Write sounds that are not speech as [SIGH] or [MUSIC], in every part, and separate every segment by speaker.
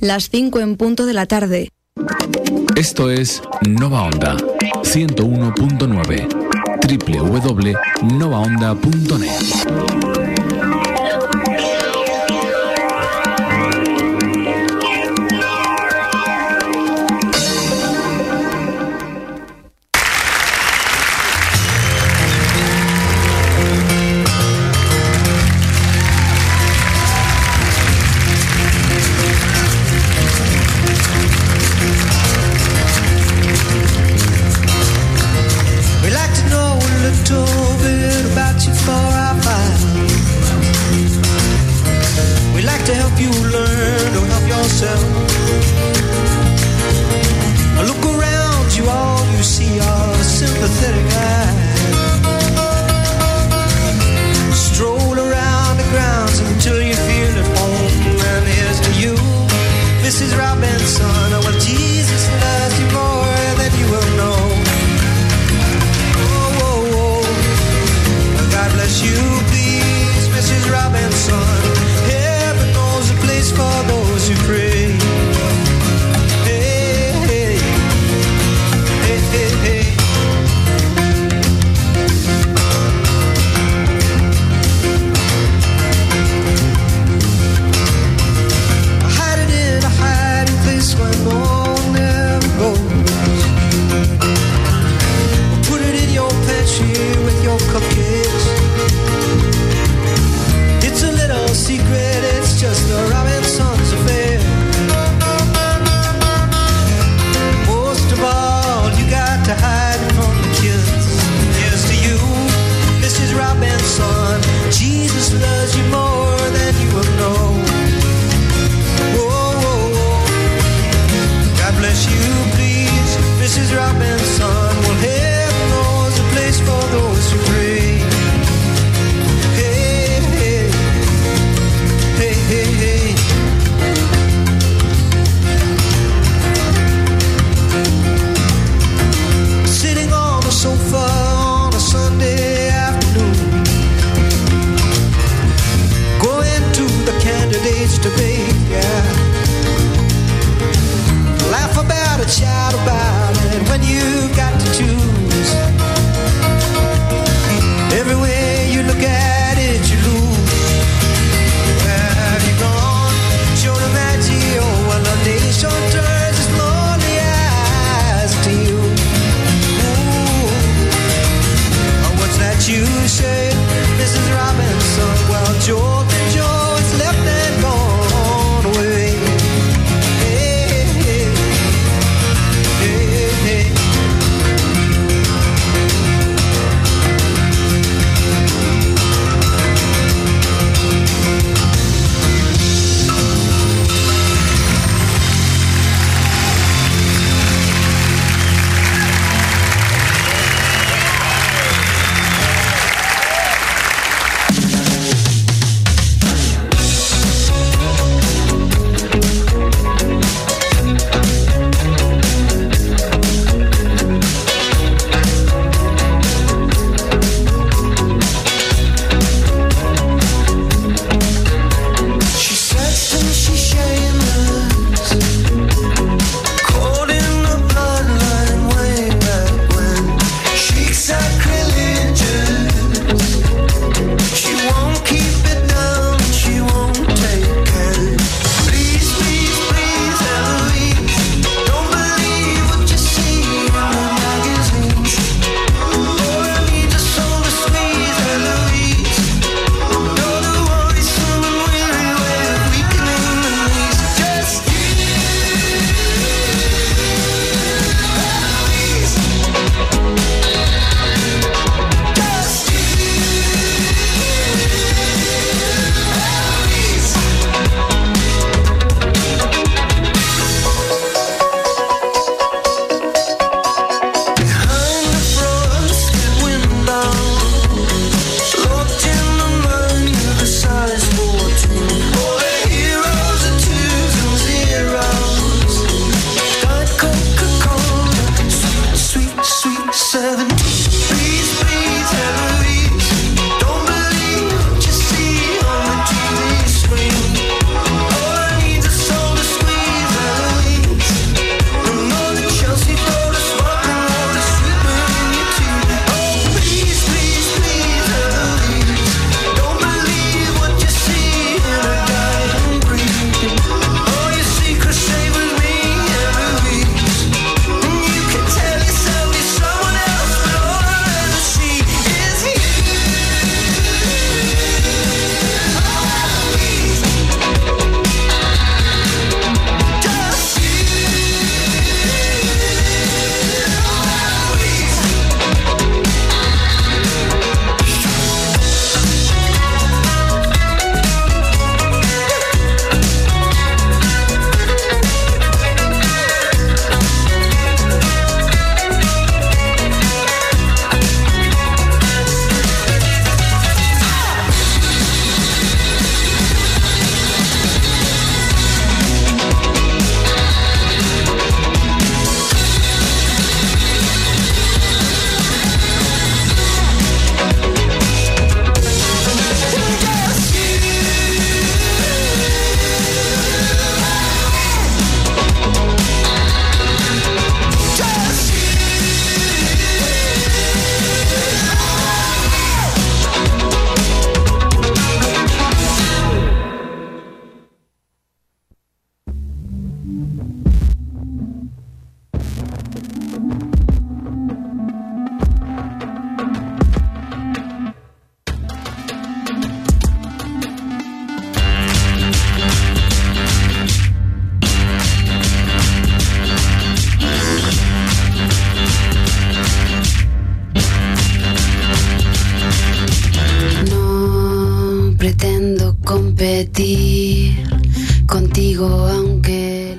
Speaker 1: las 5 en punto de la tarde.
Speaker 2: Esto es Nova Onda 101.9 www.novaonda.net.
Speaker 3: Laugh about it, shout about it when you got oh, Oh, competir contigo aunque...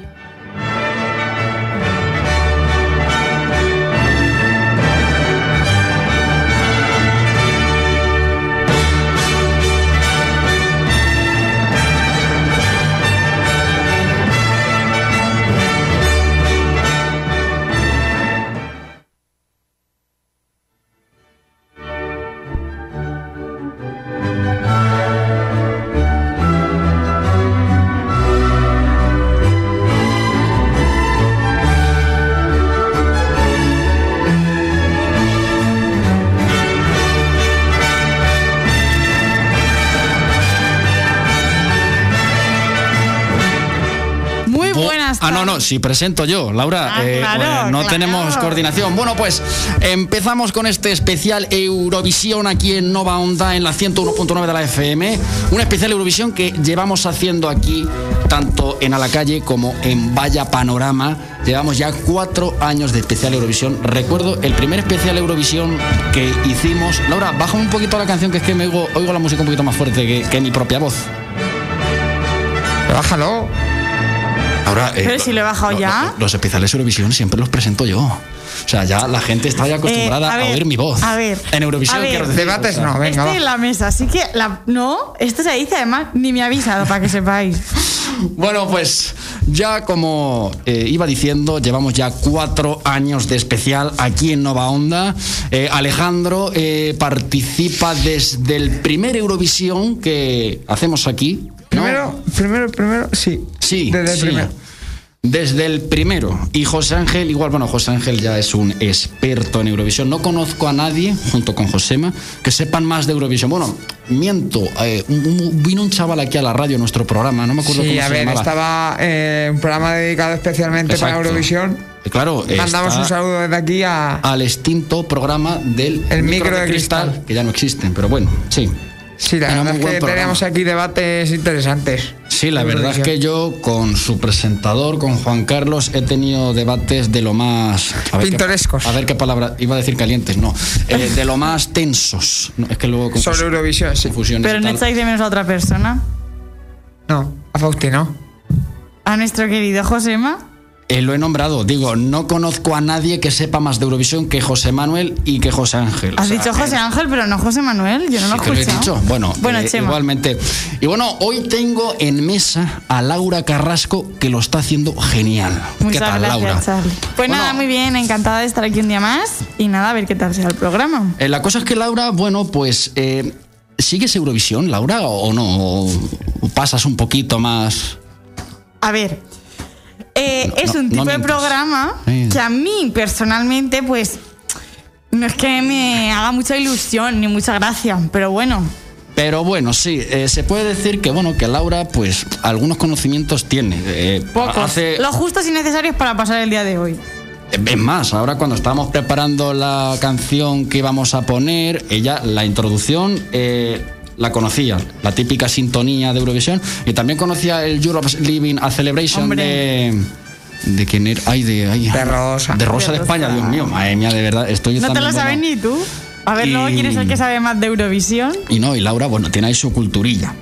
Speaker 4: Muy
Speaker 5: Bu-
Speaker 4: buenas
Speaker 5: Ah, no, no,
Speaker 4: tardes.
Speaker 5: si presento yo, Laura.
Speaker 4: Ah,
Speaker 5: eh,
Speaker 4: claro,
Speaker 5: bueno, no
Speaker 4: claro.
Speaker 5: tenemos coordinación. Bueno, pues empezamos con este especial Eurovisión aquí en Nova Onda, en la 101.9 de la FM. Un especial Eurovisión que llevamos haciendo aquí, tanto en A la Calle como en Vaya Panorama. Llevamos ya cuatro años de especial Eurovisión. Recuerdo el primer especial Eurovisión que hicimos. Laura, baja un poquito la canción, que es que me oigo, oigo la música un poquito más fuerte que, que mi propia voz.
Speaker 6: Bájalo.
Speaker 5: Ahora, eh,
Speaker 4: Pero si lo he bajado
Speaker 5: lo-
Speaker 4: ya.
Speaker 5: lo- Los especiales Eurovisión siempre los presento yo. O sea, ya la gente está ya acostumbrada
Speaker 4: Eh, a
Speaker 5: a,
Speaker 4: ver,
Speaker 5: oír mi voz.
Speaker 4: a ver,
Speaker 5: En Eurovisión
Speaker 4: a ver.
Speaker 5: quiero decir, o
Speaker 6: Debates
Speaker 5: sea,
Speaker 6: no, venga.
Speaker 4: este en
Speaker 6: va.
Speaker 4: la mesa, así que la, no, esto se dice además, ni me ha avisado para que
Speaker 5: [LAUGHS]
Speaker 4: sepáis.
Speaker 5: Bueno, pues ya como eh, iba diciendo, llevamos ya cuatro años de especial aquí en Nova Onda. Eh, Alejandro eh, participa desde el primer Eurovisión que hacemos aquí. ¿no?
Speaker 6: Primero, primero, primero, sí.
Speaker 5: Sí,
Speaker 6: Desde el
Speaker 5: sí.
Speaker 6: primero.
Speaker 5: Desde el primero. Y José Ángel, igual, bueno, José Ángel ya es un experto en Eurovisión. No conozco a nadie, junto con Josema, que sepan más de Eurovisión. Bueno, miento. eh, un- un- vino un chaval aquí a la radio, a nuestro programa, no me acuerdo
Speaker 6: Sí,
Speaker 5: cómo
Speaker 6: a
Speaker 5: se
Speaker 6: ver,
Speaker 5: llamaba.
Speaker 6: estaba eh, un programa dedicado especialmente para
Speaker 5: Exacto.
Speaker 6: Eurovisión.
Speaker 5: Eh, Claro, está
Speaker 6: Mandamos
Speaker 5: Ah,
Speaker 6: un saludo desde aquí a.
Speaker 5: al extinto programa del
Speaker 6: El micro de cristal.
Speaker 5: que ya no existen, pero bueno, sí.
Speaker 6: Sí, la
Speaker 5: Era
Speaker 6: verdad
Speaker 5: muy
Speaker 6: es
Speaker 5: buen
Speaker 6: que
Speaker 5: programa.
Speaker 6: teníamos aquí debates interesantes.
Speaker 5: Sí, la verdad es que yo con su presentador, con Juan Carlos, he tenido debates de lo más... a ver qué-
Speaker 6: Pintorescos.
Speaker 5: a ver qué palabra... Iba a decir calientes, no.
Speaker 6: [LAUGHS]
Speaker 5: Eh, de lo más tensos. No, es que luego... confus-
Speaker 6: Sobre Eurovisión, sí.
Speaker 5: confusiones
Speaker 4: Pero
Speaker 5: y
Speaker 4: no
Speaker 5: tal.
Speaker 4: estáis de menos a otra persona.
Speaker 6: No, a Fausti no.
Speaker 4: A nuestro querido Josema.
Speaker 5: Eh, lo he nombrado. Digo, no conozco a nadie que sepa más de Eurovisión que José Manuel y que José Ángel. O
Speaker 4: Has
Speaker 5: sea, eh,
Speaker 4: dicho José Ángel, pero no José Manuel. Yo no
Speaker 5: Sí,
Speaker 4: lo he
Speaker 5: te lo he
Speaker 4: escuchado.
Speaker 5: dicho. Bueno,
Speaker 4: bueno
Speaker 5: eh,
Speaker 4: Chema.
Speaker 5: igualmente. Y bueno, hoy tengo en mesa a Laura Carrasco, que lo está haciendo genial. ¿Qué
Speaker 4: Muchas
Speaker 5: tal,
Speaker 4: gracias,
Speaker 5: Laura?
Speaker 4: Charlie. Pues nada,
Speaker 5: Bueno,
Speaker 4: muy bien, encantada de estar aquí un día más. Y nada, a ver qué tal será el programa.
Speaker 5: Eh, la cosa es que Laura, bueno, pues eh, ¿sigues Eurovisión, Laura, o o no? ¿O o pasas un poquito más?
Speaker 4: A ver, eh,
Speaker 5: No,
Speaker 4: es
Speaker 5: no,
Speaker 4: un
Speaker 5: no
Speaker 4: tipo de
Speaker 5: mientas.
Speaker 4: programa
Speaker 5: Sí.
Speaker 4: que a mí personalmente, pues, no es que me haga mucha ilusión ni mucha gracia, pero bueno,
Speaker 5: Pero bueno, sí, eh, se puede decir que bueno, que Laura, pues algunos conocimientos tiene. eh,
Speaker 4: pocos.
Speaker 5: hace-
Speaker 4: Los justos y necesarios para pasar el día de hoy.
Speaker 5: Es más, ahora cuando estábamos preparando la canción que íbamos a poner, ella, la introducción, eh, la conocía, la típica sintonía de Eurovisión, y también conocía el Europe's Living a Celebration
Speaker 4: Hombre.
Speaker 5: de. ¿De quién era? Ay, de. ay.
Speaker 6: De Rosa.
Speaker 5: De Rosa de
Speaker 4: De Rosa.
Speaker 5: España, Dios mío, madre mía, de verdad, estoy
Speaker 4: no te lo sabes ni tú. A ver, luego,
Speaker 5: Y-
Speaker 4: ¿quién es el que sabe más de Eurovisión?
Speaker 5: Y no, y Laura, bueno, tiene ahí su culturilla.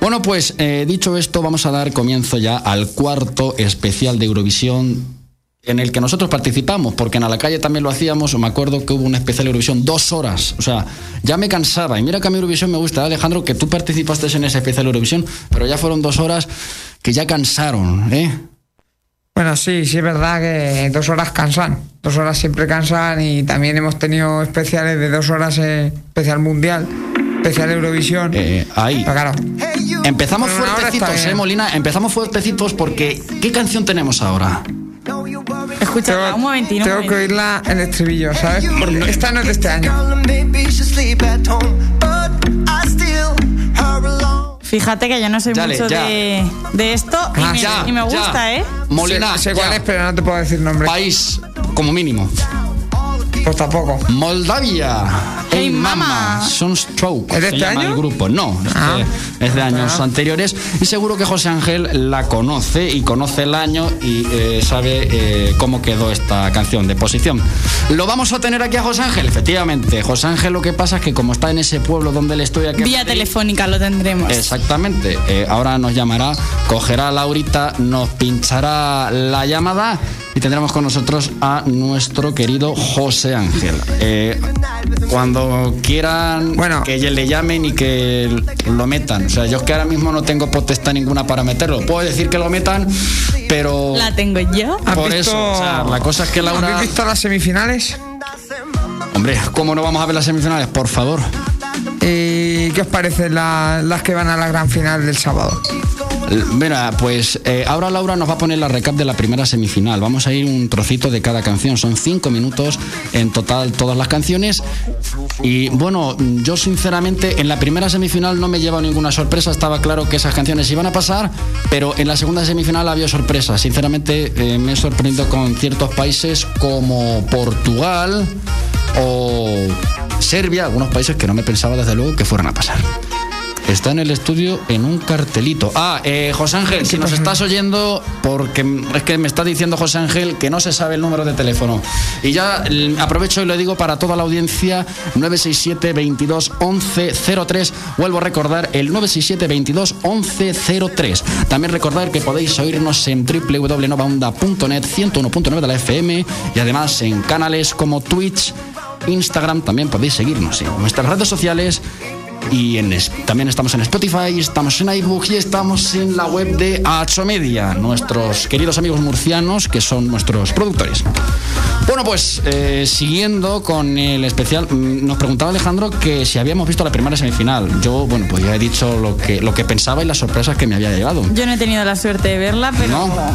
Speaker 5: Bueno, pues eh, dicho esto, vamos a dar comienzo ya al cuarto especial de Eurovisión en el que nosotros participamos, porque en A la calle también lo hacíamos, me acuerdo que hubo un especial de Eurovisión, dos horas, o sea, ya me cansaba, y mira que a mi Eurovisión me gusta, Alejandro, que tú participaste en ese especial de Eurovisión, pero ya fueron dos horas que ya cansaron, ¿eh?
Speaker 6: Bueno, sí, sí es verdad que dos horas cansan. Dos horas siempre cansan y también hemos tenido especiales de dos horas, eh, especial mundial, especial Eurovisión.
Speaker 5: Eh, ahí.
Speaker 6: Pero claro,
Speaker 5: Empezamos
Speaker 6: Bueno, ahora está
Speaker 5: fuertecitos,
Speaker 6: bien.
Speaker 5: ¿eh, Molina? Empezamos fuertecitos porque, ¿qué canción tenemos ahora?
Speaker 4: Escucha,
Speaker 6: tengo,
Speaker 4: un momentito. un
Speaker 6: tengo que
Speaker 4: momentito.
Speaker 6: oírla en el estribillo, ¿sabes? Porque esta no es de este año.
Speaker 4: Fíjate que yo no soy
Speaker 5: Dale,
Speaker 4: mucho
Speaker 5: ya.
Speaker 4: de, de esto y,
Speaker 6: Ah,
Speaker 4: me,
Speaker 5: Ya,
Speaker 4: y me
Speaker 5: ya.
Speaker 4: gusta, ¿eh?
Speaker 5: Molina,
Speaker 6: sé, sé cuál
Speaker 5: ya.
Speaker 6: es, pero no te puedo decir nombre.
Speaker 5: país como mínimo.
Speaker 6: Pues tampoco.
Speaker 5: Moldavia.
Speaker 4: Hey Mama.
Speaker 5: Sunstroke.
Speaker 6: ¿Es de
Speaker 5: se
Speaker 6: este
Speaker 5: llama
Speaker 6: año?
Speaker 5: el grupo. No, este
Speaker 6: Ah.
Speaker 5: es de años
Speaker 6: Ah.
Speaker 5: anteriores. Y seguro que José Ángel la conoce y conoce el año y eh, sabe eh, cómo quedó esta canción de posición. Lo vamos a tener aquí a José Ángel, efectivamente. José Ángel lo que pasa es que como está en ese pueblo donde él estudia... que es
Speaker 4: Vía
Speaker 5: Madrid,
Speaker 4: telefónica lo tendremos.
Speaker 5: Exactamente. Eh, ahora nos llamará, cogerá a Laurita, nos pinchará la llamada y tendremos con nosotros a nuestro querido José Ángel. Eh, cuando quieran
Speaker 6: Bueno.
Speaker 5: que le llamen y que lo metan. O sea, yo es que ahora mismo no tengo potestad ninguna para meterlo. Puedo decir que lo metan, pero
Speaker 4: La tengo yo.
Speaker 6: ¿Has
Speaker 5: por eso, o sea, la cosa es que Laura-
Speaker 6: ¿Habéis visto las semifinales?
Speaker 5: hombre, ¿cómo no vamos a ver las semifinales? Por favor.
Speaker 6: ¿Y qué os parecen la- las que van a la gran final del sábado?
Speaker 5: L- Mira, pues eh, ahora Laura nos va a poner la recap de la primera semifinal. Vamos a ir un trocito de cada canción. Son cinco minutos en total todas las canciones. Y bueno, yo sinceramente en la primera semifinal no me lleva ninguna sorpresa. Estaba claro que esas canciones iban a pasar, pero en la segunda semifinal había sorpresas. Sinceramente eh, me he sorprendido con ciertos países como Portugal o Serbia, algunos países que no me pensaba desde luego que fueran a pasar. Está en el estudio en un cartelito. Ah, eh, José Ángel, si nos estás oyendo, porque es que me está diciendo José Ángel que no se sabe el número de teléfono. Y ya mm, aprovecho y lo digo para toda la audiencia, 967 22 11 03. Vuelvo a recordar el 967 22 11 03. También recordar que podéis oírnos en www.novaonda.net 101.9 de la FM y además en canales como Twitch, Instagram, también podéis seguirnos en nuestras redes sociales y en, es- también estamos en Spotify, estamos en iBook y estamos en la web de Acho Media, nuestros queridos amigos murcianos que son nuestros productores. Bueno, pues eh, siguiendo con el especial, mm, nos preguntaba Alejandro que si habíamos visto la primera semifinal. Yo, bueno, pues ya he dicho lo que, lo que pensaba y las sorpresas que me había llegado.
Speaker 4: Yo no he tenido la suerte de verla, pero,
Speaker 5: No.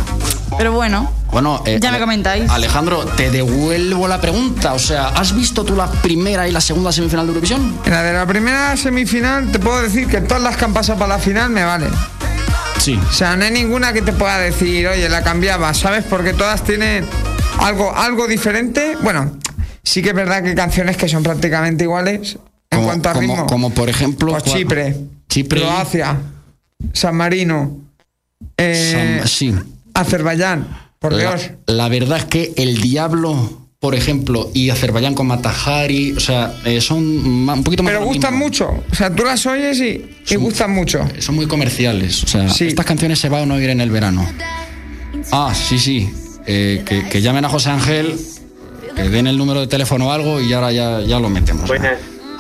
Speaker 4: pero bueno.
Speaker 5: Bueno, eh,
Speaker 4: Ya me
Speaker 5: Ale-
Speaker 4: comentáis.
Speaker 5: Alejandro, te devuelvo la pregunta. O sea, ¿has visto tú la primera y la segunda semifinal de Eurovisión?
Speaker 6: En la de la primera semifinal te puedo decir que todas las que han pasado para la final me valen.
Speaker 5: Sí.
Speaker 6: O sea, no hay ninguna que te pueda decir, oye, la cambiaba, ¿sabes? Porque todas tienen algo, algo diferente. Bueno, sí que es verdad que hay canciones que son prácticamente iguales en
Speaker 5: Como-
Speaker 6: cuanto a
Speaker 5: como-
Speaker 6: ritmo.
Speaker 5: como por ejemplo,
Speaker 6: Pues
Speaker 5: ¿cuál?
Speaker 6: Chipre,
Speaker 5: Chipre.
Speaker 6: Croacia, San Marino, eh,
Speaker 5: Sam- sí.
Speaker 6: Azerbaiyán, por
Speaker 5: La,
Speaker 6: Dios.
Speaker 5: la verdad es que el diablo, por ejemplo, y Azerbaiyán con Matajari, o sea, eh, son ma- un poquito más.
Speaker 6: Pero
Speaker 5: de lo
Speaker 6: gustan
Speaker 5: mismo.
Speaker 6: mucho. O sea, tú las oyes y, y gustan mucho.
Speaker 5: Son muy comerciales. O sea,
Speaker 6: Sí.
Speaker 5: estas canciones se van a oír en el verano. Ah, sí, sí. Eh, que, que llamen a José Ángel, que den el número de teléfono o algo y ahora ya, ya lo metemos.
Speaker 7: Buenas.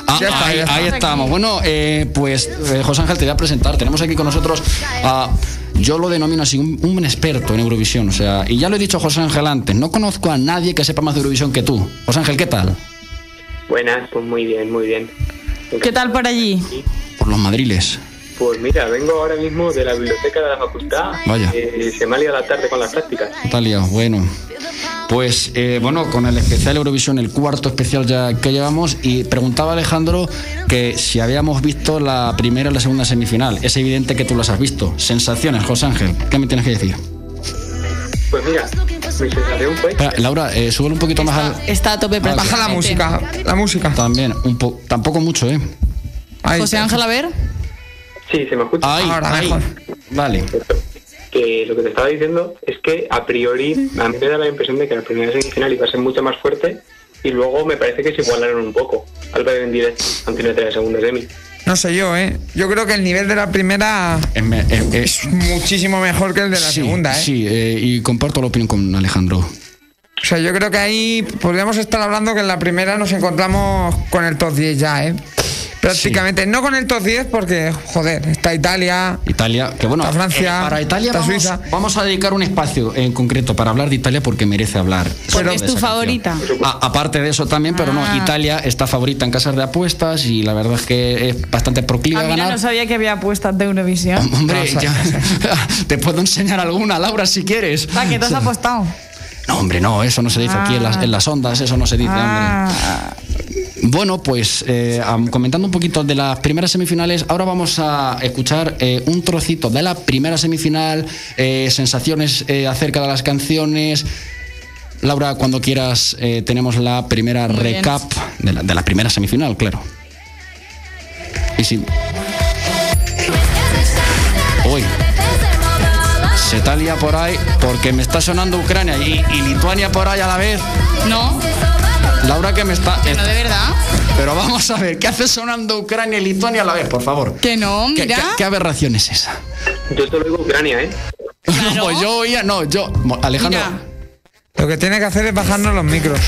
Speaker 5: Ah,
Speaker 6: Ya está,
Speaker 5: ahí,
Speaker 6: ya
Speaker 5: ahí estamos. Bueno, eh, pues eh, José Ángel te voy a presentar. Tenemos aquí con nosotros a. Yo lo denomino así, un, un experto en Eurovisión. O sea, y ya lo he dicho a José Ángel antes, no conozco a nadie que sepa más de Eurovisión que tú. José Ángel, ¿qué tal?
Speaker 7: Buenas, pues muy bien, muy bien.
Speaker 4: ¿Qué tal por allí?
Speaker 5: Por los madriles.
Speaker 7: Pues mira, vengo ahora mismo de la biblioteca de la facultad.
Speaker 5: Vaya.
Speaker 7: Eh, se me ha liado la tarde con las prácticas.
Speaker 5: Natalia, bueno. Pues eh, bueno, con el especial Eurovisión, el cuarto especial ya que llevamos, y preguntaba Alejandro que si habíamos visto la primera o la segunda semifinal. Es evidente que tú las has visto. Sensaciones, José Ángel, ¿qué me tienes que decir?
Speaker 7: Pues mira, mi sensación fue...
Speaker 5: Espera, Laura, eh, sube un poquito más al...
Speaker 4: Está a tope
Speaker 6: Baja la música, la música.
Speaker 5: También, un po- tampoco mucho, ¿eh?
Speaker 6: Ahí.
Speaker 4: José Ángel, a ver.
Speaker 7: Sí, se me escucha.
Speaker 5: Ahí,
Speaker 6: Ahora
Speaker 5: ahí.
Speaker 6: mejor.
Speaker 5: Vale.
Speaker 7: Que lo que te estaba diciendo es que a priori a mí me da la impresión de que la primera semifinal iba a ser mucho más fuerte y luego me parece que se igualaron un poco al ver en directo antes de la segunda semi.
Speaker 6: No sé yo, ¿eh? Yo creo que el nivel de la primera
Speaker 5: Es me- es- es-
Speaker 6: es muchísimo mejor que el de la
Speaker 5: sí,
Speaker 6: segunda, ¿eh?
Speaker 5: Sí, eh, y comparto la opinión con Alejandro.
Speaker 6: O sea, yo creo que ahí podríamos estar hablando que en la primera nos encontramos con el top 10 ya, ¿eh? Prácticamente. No con el top 10 porque, joder, está Italia.
Speaker 5: Italia, que bueno,
Speaker 6: Está Francia,
Speaker 5: eh, para Italia
Speaker 6: está
Speaker 5: vamos,
Speaker 6: Suiza.
Speaker 5: vamos a dedicar un espacio en concreto para hablar de Italia porque merece hablar. sobre
Speaker 4: Porque es
Speaker 5: esa
Speaker 4: tu
Speaker 5: canción.
Speaker 4: favorita.
Speaker 5: A- aparte de eso también, pero no,
Speaker 4: Ah.
Speaker 5: Italia está favorita en casas de apuestas y la verdad es que es bastante proclive
Speaker 4: A
Speaker 5: a,
Speaker 4: mí no
Speaker 5: ganar.
Speaker 4: sabía que había apuestas de Eurovisión.
Speaker 5: [LAUGHS] Hombre,
Speaker 6: No, o sea,
Speaker 5: ya- [LAUGHS] te puedo enseñar alguna, Laura, si quieres.
Speaker 4: Va, que tú has apostado.
Speaker 5: No, hombre, no, eso no se dice aquí en las, en las ondas, eso no se dice, hombre.
Speaker 4: Ah,
Speaker 5: Bueno, pues eh, am- comentando un poquito de las primeras semifinales, ahora vamos a escuchar eh, un trocito de la primera semifinal, eh, sensaciones eh, acerca de las canciones. Laura, cuando quieras, eh, tenemos la primera
Speaker 4: Muy bien.
Speaker 5: recap de la, de la primera semifinal, claro. Y si. Uy. Se talía por ahí porque me está sonando Ucrania y, y Lituania por ahí a la vez.
Speaker 4: No,
Speaker 5: Laura, que me está.
Speaker 4: que no, de verdad.
Speaker 5: Pero vamos a ver, ¿qué hace sonando Ucrania y Lituania a la vez, por favor?
Speaker 4: Que no,
Speaker 5: ¿Qué,
Speaker 4: mira.
Speaker 5: qué- qué aberración es esa? [LAUGHS]
Speaker 7: Yo solo digo Ucrania, ¿eh?
Speaker 5: No, pues yo oía, no, yo. mo- Alejandro.
Speaker 4: Mira.
Speaker 6: Lo que tiene que hacer es bajarnos los micros.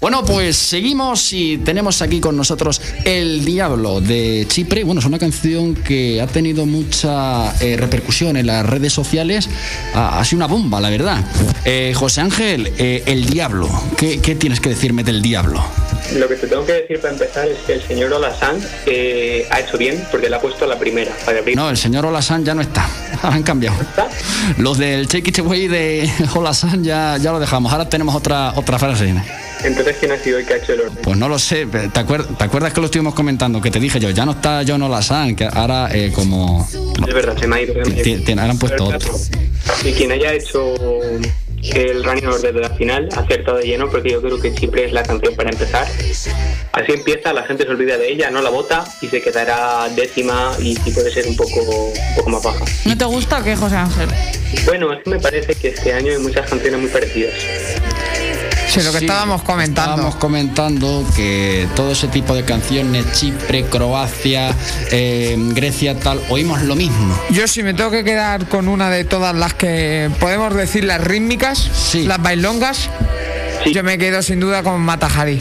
Speaker 5: Bueno, pues seguimos y tenemos aquí con nosotros El Diablo de Chipre. Bueno, es una canción que ha tenido mucha eh, repercusión en las redes sociales. Ha, ha sido una bomba, la verdad. Eh, José Ángel, eh, El Diablo. ¿Qué, qué tienes que decirme del Diablo?
Speaker 7: Lo que te tengo que decir para empezar es que el señor Olasan eh, ha hecho bien porque le ha puesto a la primera. Para abrir.
Speaker 5: No, el señor Olasan ya no está. [LAUGHS] Han cambiado.
Speaker 7: ¿Está?
Speaker 5: Los del Take It Away de Olasan ya, ya lo dejamos. Ahora tenemos otra, otra frase.
Speaker 7: Entonces, ¿quién ha sido el que ha hecho el orden?
Speaker 5: Pues no lo sé, ¿te, acuer- ¿te acuerdas que lo estuvimos comentando? Que te dije yo, ya no está John Olasan, que ahora eh, como...
Speaker 7: Es verdad, se me ha ido. se me ha ido.
Speaker 5: Ti- ti- ahora han puesto otro.
Speaker 7: Y quien haya hecho el running order de la final ha acertado de lleno porque yo creo que Chipre es la canción para empezar. Así empieza, la gente se olvida de ella, no la vota y se quedará décima y, y puede ser un poco, un poco más baja.
Speaker 4: ¿No te gusta o qué, José Ángel?
Speaker 7: Bueno, es que me parece que este año hay muchas canciones muy parecidas.
Speaker 6: Sí, lo que
Speaker 5: Sí,
Speaker 6: estábamos comentando.
Speaker 5: Estábamos comentando que todo ese tipo de canciones, Chipre, Croacia, eh, Grecia, tal, oímos lo mismo.
Speaker 6: Yo si me tengo que quedar con una de todas las que podemos decir las rítmicas,
Speaker 5: Sí.
Speaker 6: las bailongas,
Speaker 7: Sí.
Speaker 6: yo me quedo sin duda con Matajari.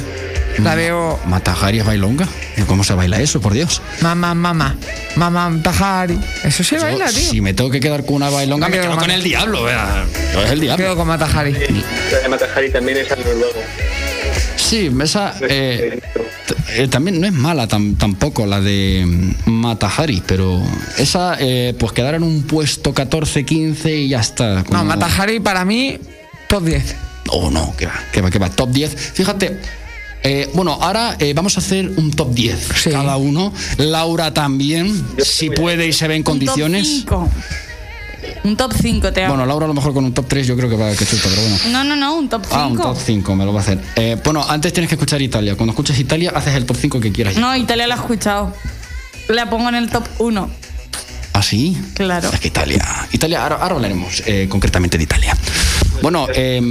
Speaker 5: Mm.
Speaker 6: La veo
Speaker 5: Matajari es bailonga. ¿Cómo se baila eso, por Dios?
Speaker 6: mamá, mamá, mamá Matajari. Eso sí
Speaker 5: Yo,
Speaker 6: baila, tío.
Speaker 5: Si me tengo que quedar con una bailonga,
Speaker 6: Me
Speaker 5: me
Speaker 6: quedo
Speaker 5: quedo
Speaker 6: con-
Speaker 5: con el diablo, vea. Yo Es el
Speaker 6: Quedo
Speaker 5: diablo.
Speaker 6: con Matajari.
Speaker 7: La de Matajari también es algo luego.
Speaker 5: Sí, esa. eh, t- eh, también no es mala tam- tampoco la de mm, Matajari, pero esa, eh, pues quedaron un puesto 14, 15 y ya está.
Speaker 6: No,
Speaker 5: como-
Speaker 6: Matajari para mí, top 10.
Speaker 5: Oh, no, que va, que va, que va. Top 10. Fíjate. eh, bueno, ahora eh, vamos a hacer un top 10
Speaker 6: Sí.
Speaker 5: cada uno. Laura también,
Speaker 7: Yo
Speaker 5: si
Speaker 7: voy a-
Speaker 5: puede y se ve en
Speaker 4: Un top
Speaker 5: condiciones.
Speaker 4: cinco. Un top 5 te hago.
Speaker 5: Bueno, Laura a lo mejor con un top 3 yo creo que va a que chuta, pero bueno.
Speaker 4: no, no, no, un top 5.
Speaker 5: Ah, un top 5 me lo va a hacer. Eh, bueno, antes tienes que escuchar Italia. Cuando escuches Italia, haces el top 5 que quieras.
Speaker 4: No, Italia la he escuchado. La pongo en el top 1.
Speaker 5: ¿Ah, sí?
Speaker 4: Claro.
Speaker 5: Es que Italia. Italia, ahora, ahora hablaremos eh, concretamente de Italia. Bueno, eh,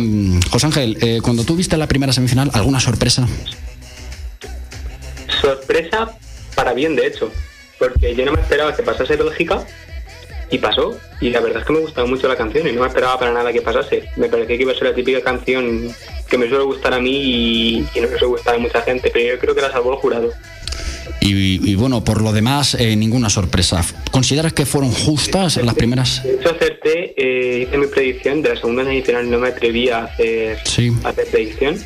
Speaker 5: José Ángel, eh, cuando tú viste la primera semifinal, ¿alguna sorpresa?
Speaker 7: Sorpresa para bien, de hecho, porque yo no me esperaba que pasase Bélgica y pasó. Y la verdad es que me gustaba mucho la canción y no me esperaba para nada que pasase. Me parecía que iba a ser la típica canción que me suele gustar a mí y, y no me suele gustar a mucha gente, pero yo creo que la salvó el jurado.
Speaker 5: Y, y bueno, por lo demás, eh, ninguna sorpresa. ¿Consideras que fueron justas las primeras?
Speaker 7: De hecho, acerté, eh, hice mi predicción de la segunda semifinal, no me atreví a hacer,
Speaker 5: Sí.
Speaker 7: a hacer predicción,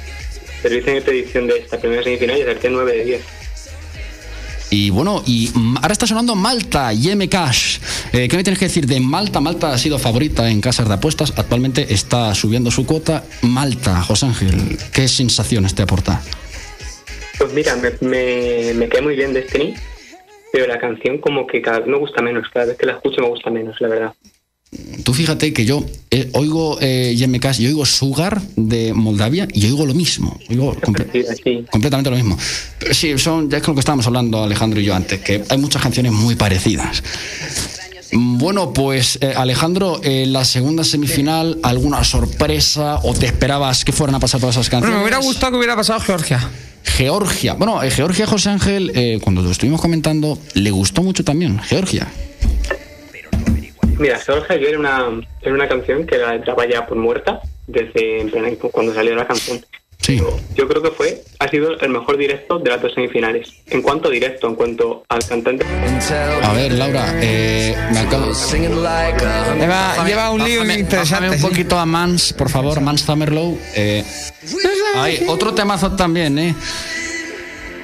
Speaker 7: pero hice mi predicción de esta primera semifinal y acerté 9 de 10.
Speaker 5: Y bueno, y mm, ahora está sonando Malta, YM Cash. Eh, ¿Qué me tienes que decir de Malta? Malta ha sido favorita en casas de apuestas. Actualmente está subiendo su cuota. Malta, José Ángel, ¿qué sensaciones te aporta?
Speaker 7: Pues mira, me, me, me cae muy bien Destiny, pero la canción como que cada vez me gusta menos, cada vez que la escucho me gusta menos, la verdad.
Speaker 5: Tú fíjate que yo eh, oigo eh, Jimmy Cash, yo oigo Sugar de Moldavia y oigo lo mismo. Oigo comple-
Speaker 7: Sí, así.
Speaker 5: completamente lo mismo. Pero sí, son, ya es con lo que estábamos hablando Alejandro y yo antes, que hay muchas canciones muy parecidas. Mm, Bueno, pues eh, Alejandro, en la segunda semifinal, ¿alguna sorpresa o te esperabas que fueran a pasar todas esas canciones?
Speaker 6: Bueno, me hubiera gustado que hubiera pasado Georgia.
Speaker 5: Georgia. Bueno, eh, Georgia José Ángel, eh, cuando lo estuvimos comentando, le gustó mucho también, Georgia.
Speaker 7: Mira, Georgia yo era una, era una canción que la entraba ya por muerta desde en plan, cuando salió la canción.
Speaker 5: Sí.
Speaker 7: Yo creo que fue, ha sido el mejor directo de las dos semifinales. En cuanto a directo, en cuanto al cantante,
Speaker 5: A ver, Laura, eh, me acabo...
Speaker 6: Lleva, Ah, lleva un lío
Speaker 5: Bájame-
Speaker 6: interesante.
Speaker 5: bájame un
Speaker 6: sí.
Speaker 5: poquito a Mans, por favor, Mans Summerlow. Eh, ahí, otro temazo también, ¿eh?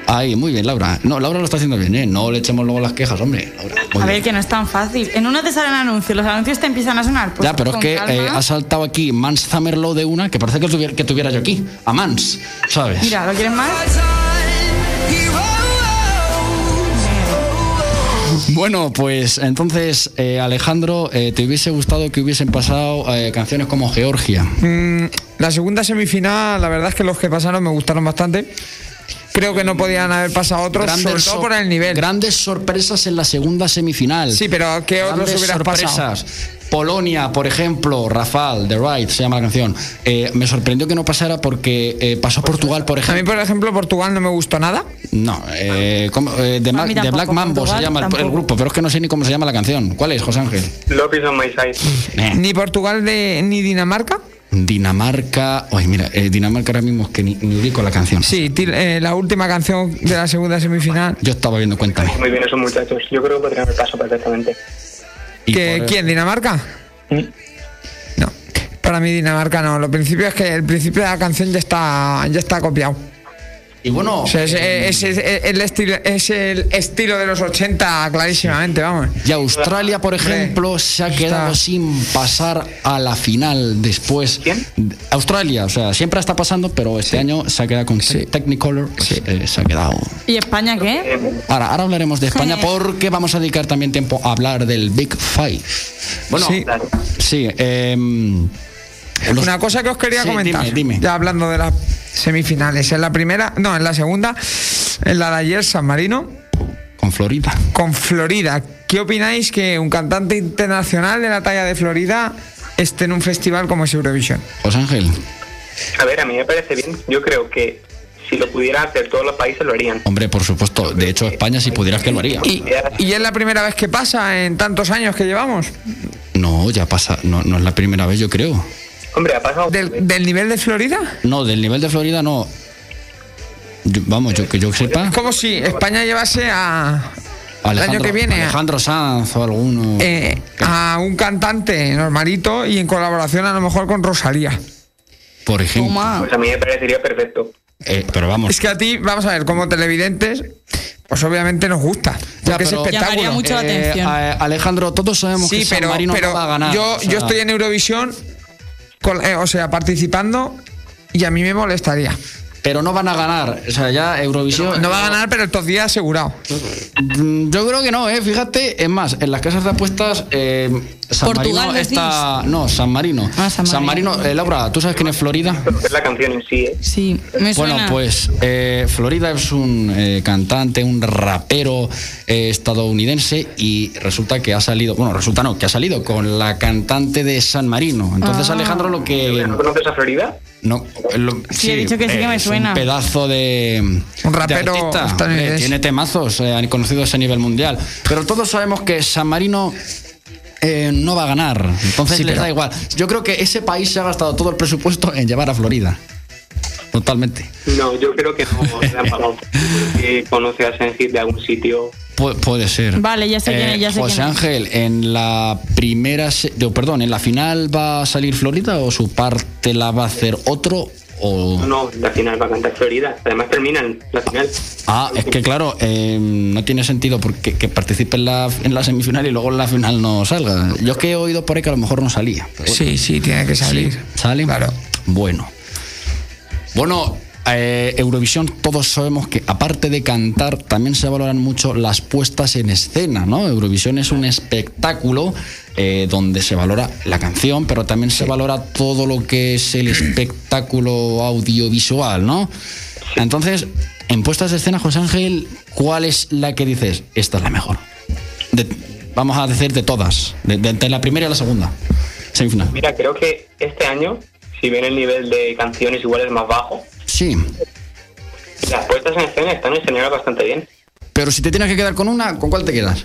Speaker 5: Ahí, muy bien, Laura. No, Laura lo está haciendo bien, ¿eh? No le echemos luego las quejas, hombre. Laura, muy
Speaker 4: A
Speaker 5: bien.
Speaker 4: ver, que no es tan fácil. En uno te salen anuncios, los anuncios te empiezan a sonar. pues
Speaker 5: ya, pero es
Speaker 4: con
Speaker 5: que
Speaker 4: calma.
Speaker 5: eh, ha saltado aquí Mans Summerlow de una que parece que tuviera, que tuviera yo aquí. A Mans, ¿sabes?
Speaker 4: Mira, ¿lo quieres más?
Speaker 5: Bueno, pues entonces, eh, Alejandro, eh, ¿te hubiese gustado que hubiesen pasado eh, canciones como Georgia?
Speaker 6: Mm, La segunda semifinal, la verdad es que los que pasaron me gustaron bastante. Creo que no podían haber pasado otros, sobre todo
Speaker 5: sor-
Speaker 6: por el nivel.
Speaker 5: Grandes sorpresas en la segunda semifinal.
Speaker 6: Sí, pero ¿qué otros
Speaker 5: Grandes
Speaker 6: hubieras pasado?
Speaker 5: sorpresas. Polonia, por ejemplo, Rafal, The Right, se llama la canción. Eh, me sorprendió que no pasara porque eh, pasó Portugal, por
Speaker 6: Pues A mí,
Speaker 5: ejemplo.
Speaker 6: por ejemplo, Portugal no me gustó nada.
Speaker 5: No, eh, ¿cómo? Eh, The, Ma-
Speaker 4: mí
Speaker 5: The
Speaker 4: tampoco,
Speaker 5: Black Mambo se
Speaker 4: Portugal
Speaker 5: llama el- el,
Speaker 4: tampoco.
Speaker 5: grupo, pero es que no sé ni cómo se llama la canción. ¿Cuál es, José Ángel?
Speaker 7: López on my side.
Speaker 5: Eh,
Speaker 6: Ni Portugal de, ni Dinamarca.
Speaker 5: Dinamarca. Oye, mira, eh, Dinamarca ahora mismo es que ni, ni ubico la canción.
Speaker 6: Sí, til- eh, la última canción de la segunda semifinal.
Speaker 5: Yo estaba viendo, cuéntame.
Speaker 7: Muy bien esos muchachos. Yo creo que podrían haber pasado perfectamente.
Speaker 5: Y
Speaker 6: ¿Que-
Speaker 5: por-
Speaker 6: ¿Quién? ¿Dinamarca? No. Para mí Dinamarca no. Lo principio es que el principio de la canción ya está, ya está copiado.
Speaker 5: Y bueno,
Speaker 6: O sea, es, es- es- es el estilo, es el estilo de los 80 clarísimamente, vamos.
Speaker 5: Y Australia, por ejemplo, se ha quedado sin pasar a la final después.
Speaker 7: ¿Quién?
Speaker 5: Australia, o sea, siempre está pasando, pero este año se ha quedado con Technicolor. pues, eh, se ha quedado.
Speaker 4: ¿Y España qué?
Speaker 7: Eh,
Speaker 5: Ahora, ahora hablaremos de España porque vamos a dedicar también tiempo a hablar del Big Five. Bueno, sí.
Speaker 6: Sí.
Speaker 5: em, los-
Speaker 6: Una cosa que os quería
Speaker 5: Sí,
Speaker 6: comentar,
Speaker 5: dime, dime.
Speaker 6: ya hablando de las semifinales, en la primera, no, en la segunda, en la de ayer San Marino
Speaker 5: con Florida.
Speaker 6: con Florida. ¿Qué opináis que un cantante internacional de la talla de Florida esté en un festival como es Eurovisión?
Speaker 5: José Ángel,
Speaker 7: A ver, a mí me parece bien. Yo creo que si lo pudiera hacer todos los países lo harían.
Speaker 5: hombre, por supuesto. De hecho, España, si pudieras, que lo haría.
Speaker 6: Y, y es la primera vez que pasa en tantos años que llevamos.
Speaker 5: No, ya pasa. No, no es la primera vez, yo creo.
Speaker 7: Hombre, ha pasado.
Speaker 6: Del, del nivel de Florida.
Speaker 5: No, del nivel de Florida no. Yo- vamos, yo que yo sepa.
Speaker 6: Es como si España llevase a, el año
Speaker 5: Alejandro-
Speaker 6: que viene a-
Speaker 5: Alejandro Sanz o alguno.
Speaker 6: eh, a un cantante normalito y en colaboración a lo mejor con Rosalía.
Speaker 5: por ejemplo.
Speaker 4: Toma.
Speaker 7: Pues a mí me parecería perfecto.
Speaker 5: Eh, pero vamos.
Speaker 6: Es que a ti, vamos a ver, como televidentes, pues obviamente nos gusta.
Speaker 5: Ya,
Speaker 6: Porque es
Speaker 5: pero-
Speaker 6: espectáculo.
Speaker 4: Llamaría mucho la
Speaker 5: Eh,
Speaker 4: atención.
Speaker 5: a- Alejandro, todos sabemos que
Speaker 6: Sí,
Speaker 5: San
Speaker 6: pero,
Speaker 5: Marino
Speaker 6: pero
Speaker 5: no va a ganar.
Speaker 6: yo,
Speaker 5: o sea,
Speaker 6: yo estoy en Eurovisión, con- eh, o sea, participando y a mí me molestaría.
Speaker 5: pero no van a ganar. O sea, ya Eurovisión.
Speaker 6: No va a ganar, pero estos días asegurado.
Speaker 5: Mm, Yo creo que no, ¿eh? Fíjate, es más, en las casas de apuestas. eh, San
Speaker 8: Portugal,
Speaker 5: Marino está. No, San Marino.
Speaker 4: Ah, San Marino.
Speaker 5: eh, Laura, ¿tú sabes quién es Florida?
Speaker 7: Es la canción en sí, ¿eh?
Speaker 4: Sí, me suena.
Speaker 5: Bueno, pues eh, Florida es un eh, cantante, un rapero eh, estadounidense y resulta que ha salido, bueno, resulta no, que ha salido con la cantante de San Marino. Entonces
Speaker 4: Ah.
Speaker 5: Alejandro lo que...
Speaker 7: ¿No conoces a Florida?
Speaker 5: No, lo-
Speaker 4: Sí, he dicho que sí que me
Speaker 5: es
Speaker 4: suena.
Speaker 5: Un pedazo de.
Speaker 6: Un
Speaker 5: de
Speaker 6: rapero
Speaker 5: artista.
Speaker 6: estadounidense.
Speaker 5: Eh, tiene temazos eh, han conocidos a nivel mundial. Pero todos sabemos que San Marino. eh, no va a ganar, entonces
Speaker 6: Sí,
Speaker 5: les
Speaker 6: pero-
Speaker 5: da igual. Yo creo que ese país se ha gastado todo el presupuesto en llevar a Florida. Totalmente.
Speaker 7: No, yo creo que no. le han pagado. Que conoce a Sensi de algún sitio.
Speaker 5: Pu- puede ser. Eh,
Speaker 4: Vale, ya sé quién es, ya sé
Speaker 5: José
Speaker 4: quién es.
Speaker 5: Ángel, en la primera. se- no, perdón, ¿en la final va a salir Florida o su parte la va a hacer otro? O...
Speaker 7: No, la final va a cantar Florida. Además terminan la final.
Speaker 5: Ah, es que claro, eh, no tiene sentido porque que participe en la, en la semifinal y luego en la final no salga. Yo es que he oído por ahí que a lo mejor no salía. pero bueno.
Speaker 6: Sí, sí, tiene que salir.
Speaker 5: Sí, ¿Sale?
Speaker 6: Claro.
Speaker 5: Bueno. Bueno, eh, Eurovisión todos sabemos que aparte de cantar también se valoran mucho las puestas en escena, ¿no? Eurovisión es un espectáculo eh, donde se valora la canción, pero también se valora todo lo que es el espectáculo audiovisual, ¿no? Entonces, en puestas de escena, José Ángel, ¿cuál es la que dices? Esta es la mejor. De- vamos a decir de todas, de, de- de la primera y la segunda. Semifinal.
Speaker 7: Mira, creo que este año, si bien el nivel de canciones igual es más bajo,
Speaker 5: Sí,
Speaker 7: las puestas en escena están enseñadas bastante bien.
Speaker 5: pero si te tienes que quedar con una, ¿con cuál te quedas?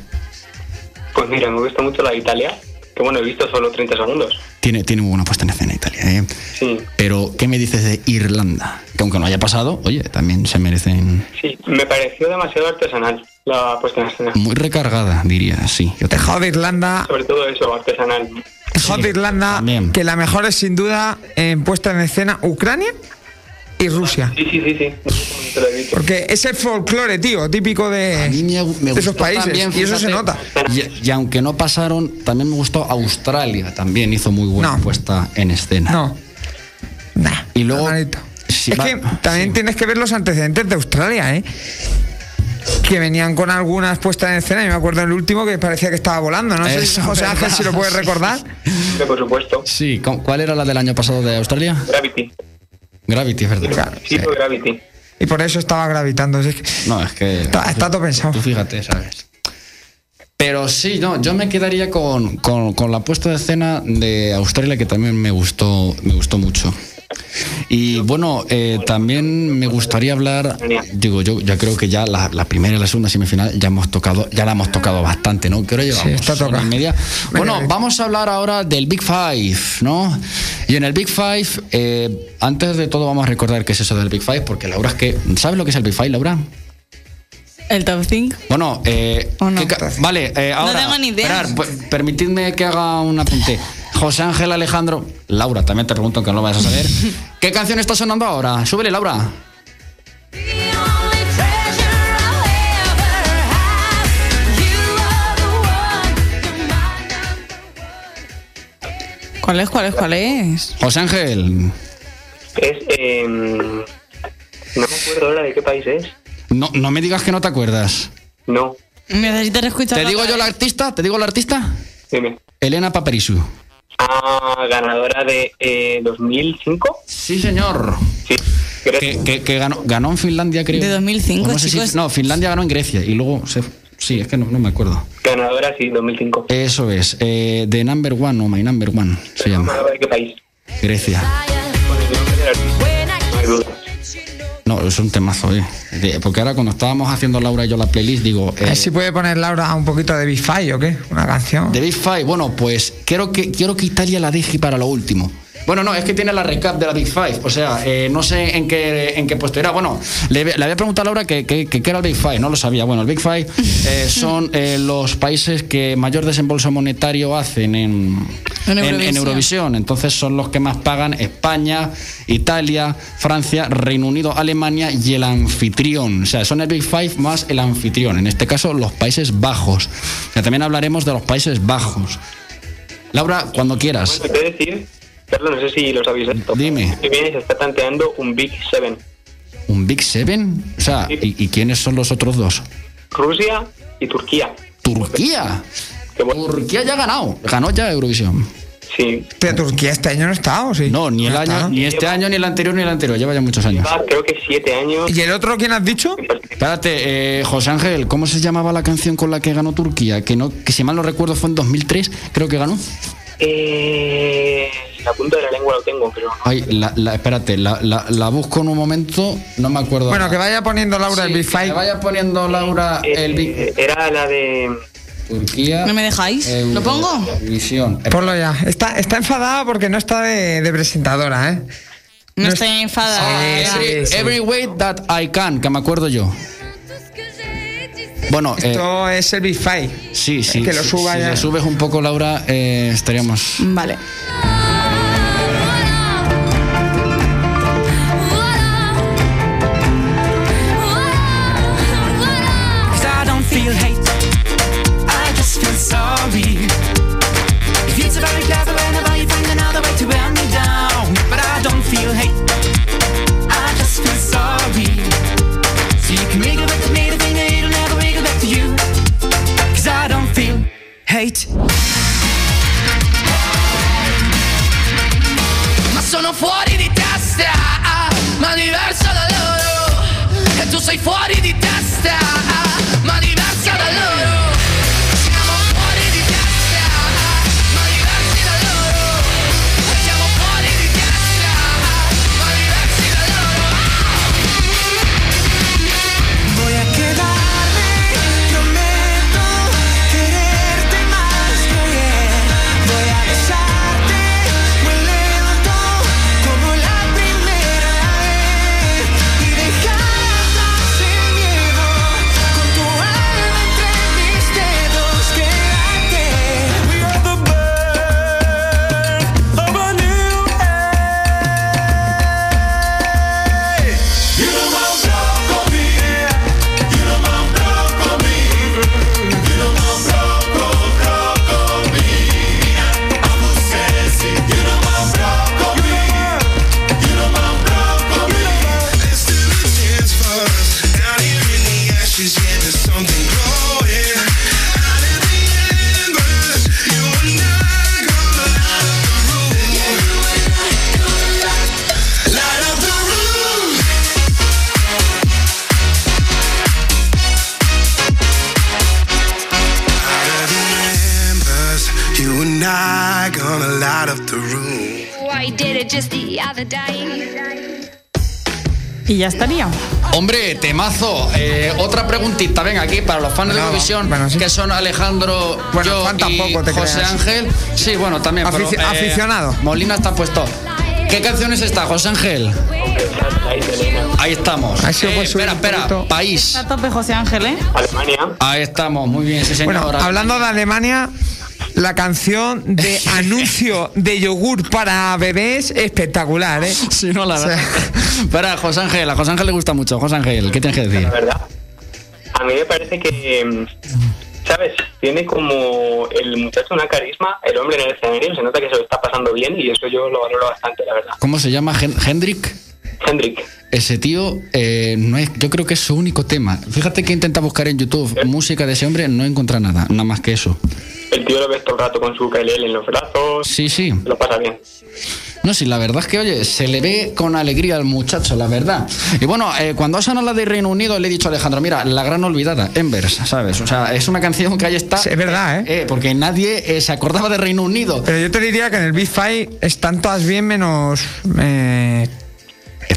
Speaker 7: Pues mira, me gusta mucho la de Italia, que bueno, he visto solo 30 segundos.
Speaker 5: Tiene, tiene muy buena puesta en escena Italia, ¿eh?
Speaker 7: Sí,
Speaker 5: Pero, ¿qué me dices de Irlanda? Que aunque no haya pasado, oye, también se merecen...
Speaker 7: sí, me pareció demasiado artesanal la puesta en escena.
Speaker 5: Muy recargada, diría, sí. Yo también.
Speaker 6: Tejado de Irlanda.
Speaker 7: Sobre todo eso, artesanal.
Speaker 6: Tejado de Irlanda.
Speaker 5: también.
Speaker 6: Que la mejor es sin duda en puesta en escena Ucrania y Rusia.
Speaker 7: Sí, sí, sí, sí. No sé cómo te lo he dicho.
Speaker 6: Porque es el folclore, tío, típico
Speaker 5: A mí me,
Speaker 6: de,
Speaker 5: me
Speaker 6: de esos
Speaker 5: gustó
Speaker 6: países.
Speaker 5: también,
Speaker 6: y eso
Speaker 5: fíjate.
Speaker 6: se nota.
Speaker 5: Y, y aunque no pasaron, también me gustó Australia, también hizo muy buena
Speaker 6: No.
Speaker 5: puesta en escena.
Speaker 6: No. Nah.
Speaker 5: Y luego-
Speaker 6: normalito.
Speaker 5: Sí,
Speaker 6: es
Speaker 5: va-
Speaker 6: que también
Speaker 5: sí.
Speaker 6: tienes que ver los antecedentes de Australia, ¿eh? Que venían con algunas puestas en escena. Yo me acuerdo el último que parecía que estaba volando. No sé si
Speaker 5: Eso,
Speaker 6: José Ángel
Speaker 5: ¿verdad?
Speaker 6: si lo puedes recordar.
Speaker 7: Sí, por supuesto.
Speaker 5: Sí, ¿cu- ¿cuál era la del año pasado de Australia?
Speaker 7: Gravity.
Speaker 5: Gravity, es ¿verdad?
Speaker 6: Claro.
Speaker 7: Sí,
Speaker 5: Sí.
Speaker 7: fue Gravity.
Speaker 6: Y por eso estaba gravitando. Es que-
Speaker 5: No, es que...
Speaker 6: Está- está todo pensado.
Speaker 5: Tú fíjate, ¿sabes? Pero sí, no, yo me quedaría con, con- con la puesta de escena de Australia que también me gustó, me gustó mucho. Y bueno, eh, también me gustaría hablar, digo, yo ya creo que ya la, la primera y la segunda semifinal ya hemos tocado, ya la hemos tocado bastante, ¿no? Que ahora llevamos
Speaker 6: Sí, está
Speaker 5: hora y
Speaker 6: tocada.
Speaker 5: media. Bueno,
Speaker 6: Venga,
Speaker 5: vamos a hablar ahora del Big Five, ¿no? Y en el Big Five, eh, antes de todo vamos a recordar qué es eso del Big Five, porque Laura es que, ¿sabes lo que es el Big Five, Laura?
Speaker 4: El top 5.
Speaker 5: Bueno, eh,
Speaker 4: ¿O no?
Speaker 5: ¿qué ca- vale, eh, ahora.
Speaker 4: tengo ni idea.
Speaker 5: esperar, per- permitidme que haga un apunte. José Ángel Alejandro, Laura, también te pregunto que no lo vayas a saber.
Speaker 4: [LAUGHS]
Speaker 5: ¿Qué canción está sonando ahora? Súbele, Laura.
Speaker 4: ¿Cuál es, cuál es, cuál es?
Speaker 5: José Ángel.
Speaker 7: Es. em, no me acuerdo ahora de qué país es.
Speaker 5: No, no me digas que no te acuerdas.
Speaker 7: No,
Speaker 4: Necesitas escuchar.
Speaker 5: ¿Te digo yo la artista? ¿Te digo la artista?
Speaker 7: dime.
Speaker 5: Elena Paperisu.
Speaker 7: Ah, ganadora de eh, 2005.
Speaker 5: Sí, señor.
Speaker 7: Sí, creo
Speaker 5: Que, que- que ganó, ganó en Finlandia, creo.
Speaker 4: De 2005,
Speaker 5: O no sé si-
Speaker 4: chicos.
Speaker 5: no, Finlandia ganó en Grecia y luego se- Sí, es que no, no me acuerdo.
Speaker 7: ganadora, sí, 2005.
Speaker 5: Eso es. eh, The Number One o My Number One
Speaker 7: Pero no
Speaker 5: se
Speaker 7: me
Speaker 5: llama.
Speaker 7: acuerdo de qué país.
Speaker 5: Grecia.
Speaker 7: Con el nombre del artista, no hay duda.
Speaker 5: No, es un temazo, eh. De- porque ahora cuando estábamos haciendo Laura y yo la playlist, digo,
Speaker 6: A
Speaker 5: eh,
Speaker 6: ver si puede poner Laura un poquito de Big Five o qué. Una canción.
Speaker 5: The Big Five, bueno, pues quiero que, quiero que Italia la deje para lo último. Bueno, no, es que tiene la recap de la Big Five, o sea, eh, no sé en qué, en qué puesto era. Bueno, le, le había preguntado a Laura que, que- que qué era el Big Five, no lo sabía. Bueno, el Big Five eh, son eh, los países que mayor desembolso monetario hacen en,
Speaker 4: En
Speaker 5: en- en
Speaker 4: Eurovisión.
Speaker 5: Eurovisión. Entonces son los que más pagan España, Italia, Francia, Reino Unido, Alemania y el anfitrión. O sea, son el Big Five más el anfitrión. En este caso, los Países Bajos. O sea, también hablaremos de los Países Bajos. Laura, cuando quieras.
Speaker 7: Bueno, te voy a decir, Carlos, no sé si lo sabéis esto.
Speaker 5: Dime.
Speaker 7: Que viene y se está tanteando un Big Seven.
Speaker 5: ¿Un Big Seven? O sea, ¿y, y quiénes son los otros dos?
Speaker 7: Rusia y Turquía.
Speaker 5: Turquía.
Speaker 7: Que bueno,
Speaker 5: Turquía ya ha ganado. Ganó ya Eurovisión.
Speaker 7: sí.
Speaker 6: Pero Turquía este año no está, ¿o sí?
Speaker 5: No, ni el año,
Speaker 6: está.
Speaker 5: ni este año, ni el anterior, ni el anterior. Lleva ya muchos años.
Speaker 7: Ah, Creo que siete años.
Speaker 6: ¿Y el otro quién has dicho?
Speaker 5: Espérate, eh, José Ángel, ¿cómo se llamaba la canción con la que ganó Turquía? Que no, que si mal no recuerdo fue en 2003, creo que ganó.
Speaker 7: Eh, la punta de la lengua lo tengo, pero no.
Speaker 5: Ay, la, la- espérate, la, la- la busco en un momento, no me acuerdo.
Speaker 6: Bueno, que vaya poniendo Laura
Speaker 5: Sí,
Speaker 6: el Big
Speaker 5: que
Speaker 6: Five.
Speaker 5: le vaya poniendo Laura
Speaker 7: Eh,
Speaker 5: el Big
Speaker 7: Era la de.
Speaker 5: Turquía.
Speaker 4: ¿No me dejáis? ¿Lo pongo?
Speaker 5: Eurovisión.
Speaker 6: Ponlo ya. Está, está enfadada porque no está de, de presentadora, ¿eh?
Speaker 4: No estoy enfadada. ¿eh?
Speaker 6: Sí, sí.
Speaker 5: Every, every way that I can, que me acuerdo yo. Bueno, eh,
Speaker 6: Esto es el Big Five.
Speaker 5: sí, sí.
Speaker 6: que lo
Speaker 5: sí,
Speaker 6: suba
Speaker 5: si
Speaker 6: ya.
Speaker 5: le subes un poco, Laura, eh, estaríamos.
Speaker 4: Vale.
Speaker 8: Cause I don't feel hate, I just feel sorry. If you're so very clever, whenever you find another way to wear me down. But I don't feel hate, I just feel sorry. So you can wiggle back to me, the finger it'll never wiggle back to you. Cause I don't feel hate.
Speaker 9: Ma sono fuori di testa, ma diversa da loro. E tu sei fuori di testa, ma diversa da loro. Siamo fuori di testa, ma diversi da loro. E siamo fuori di testa, ma diversi da loro.
Speaker 8: Voy a quedarme, prometo quererte más que ayer. Voy a besarte muy lento como la primera vez y dejar atrás el miedo con tu alma entre mis dedos. Quédate. We are the birth of a new age. You don't want block on me. You don't want block on me. You don't want block on block on me. I'm obsessed. You don't want block on me. You don't want block on me. Let's do a dance first. Out here in the ashes, yeah, there's something growing. Out of the embers, you and I gonna light up the room. Light up the room. Out of the embers, You and I gonna light up the room.
Speaker 10: Oh, I did it just the other day.
Speaker 4: Y ya estaría.
Speaker 5: Hombre, temazo. Eh, otra preguntita, venga, aquí para los fans de
Speaker 6: No,
Speaker 5: Eurovisión,
Speaker 6: bueno, sí.
Speaker 5: que son Alejandro,
Speaker 6: Bueno,
Speaker 5: yo
Speaker 6: fan
Speaker 5: y
Speaker 6: tampoco, te
Speaker 5: José
Speaker 6: creas.
Speaker 5: Ángel. Sí, bueno, también. eh,
Speaker 6: Afici- aficionado.
Speaker 5: Molina está puesto. ¿Qué canciones está, José Ángel?
Speaker 7: Ahí tenemos.
Speaker 5: Ahí estamos. Eh,
Speaker 6: Ahí se puede subir
Speaker 5: espera,
Speaker 6: un
Speaker 5: espera,
Speaker 6: poquito.
Speaker 5: país.
Speaker 4: Está a tope José Ángel, ¿eh?
Speaker 7: Alemania.
Speaker 5: Ahí estamos, muy bien, sí, señora.
Speaker 6: Bueno, hablando de Alemania, la canción de anuncio de yogur para bebés espectacular, ¿eh?
Speaker 5: [LAUGHS] Si no, la
Speaker 6: O sea-
Speaker 5: verdad. [LAUGHS] Espera, José Ángel, a José Ángel le gusta mucho. José Ángel, ¿qué tienes que decir?
Speaker 7: La verdad. A mí me parece que, em, ¿sabes? Tiene como el muchacho una carisma, el hombre en el escenario, se nota que se lo está pasando bien y eso yo lo valoro bastante, la verdad.
Speaker 5: ¿Cómo se llama? Hen- ¿Hendrik?
Speaker 7: Hendrik,
Speaker 5: Ese tío, eh, no es, yo creo que es su único tema. Fíjate que intenta buscar en YouTube música de ese hombre, no encuentra nada, nada más que eso.
Speaker 7: el tío lo ves todo el rato con su ukelele en los brazos,
Speaker 5: Sí, sí.
Speaker 7: se lo pasa bien.
Speaker 5: No, sí, la verdad es que, oye, se le ve con alegría al muchacho, la verdad. Y bueno, eh, cuando ha sonado la de Reino Unido, le he dicho a Alejandro, mira, la gran olvidada, Embers, ¿sabes? O sea, es una canción que ahí está.
Speaker 6: Sí, es verdad, ¿eh?
Speaker 5: Eh, porque nadie eh, se acordaba de Reino Unido.
Speaker 6: Pero yo te diría que en el Big Five están todas bien menos eh,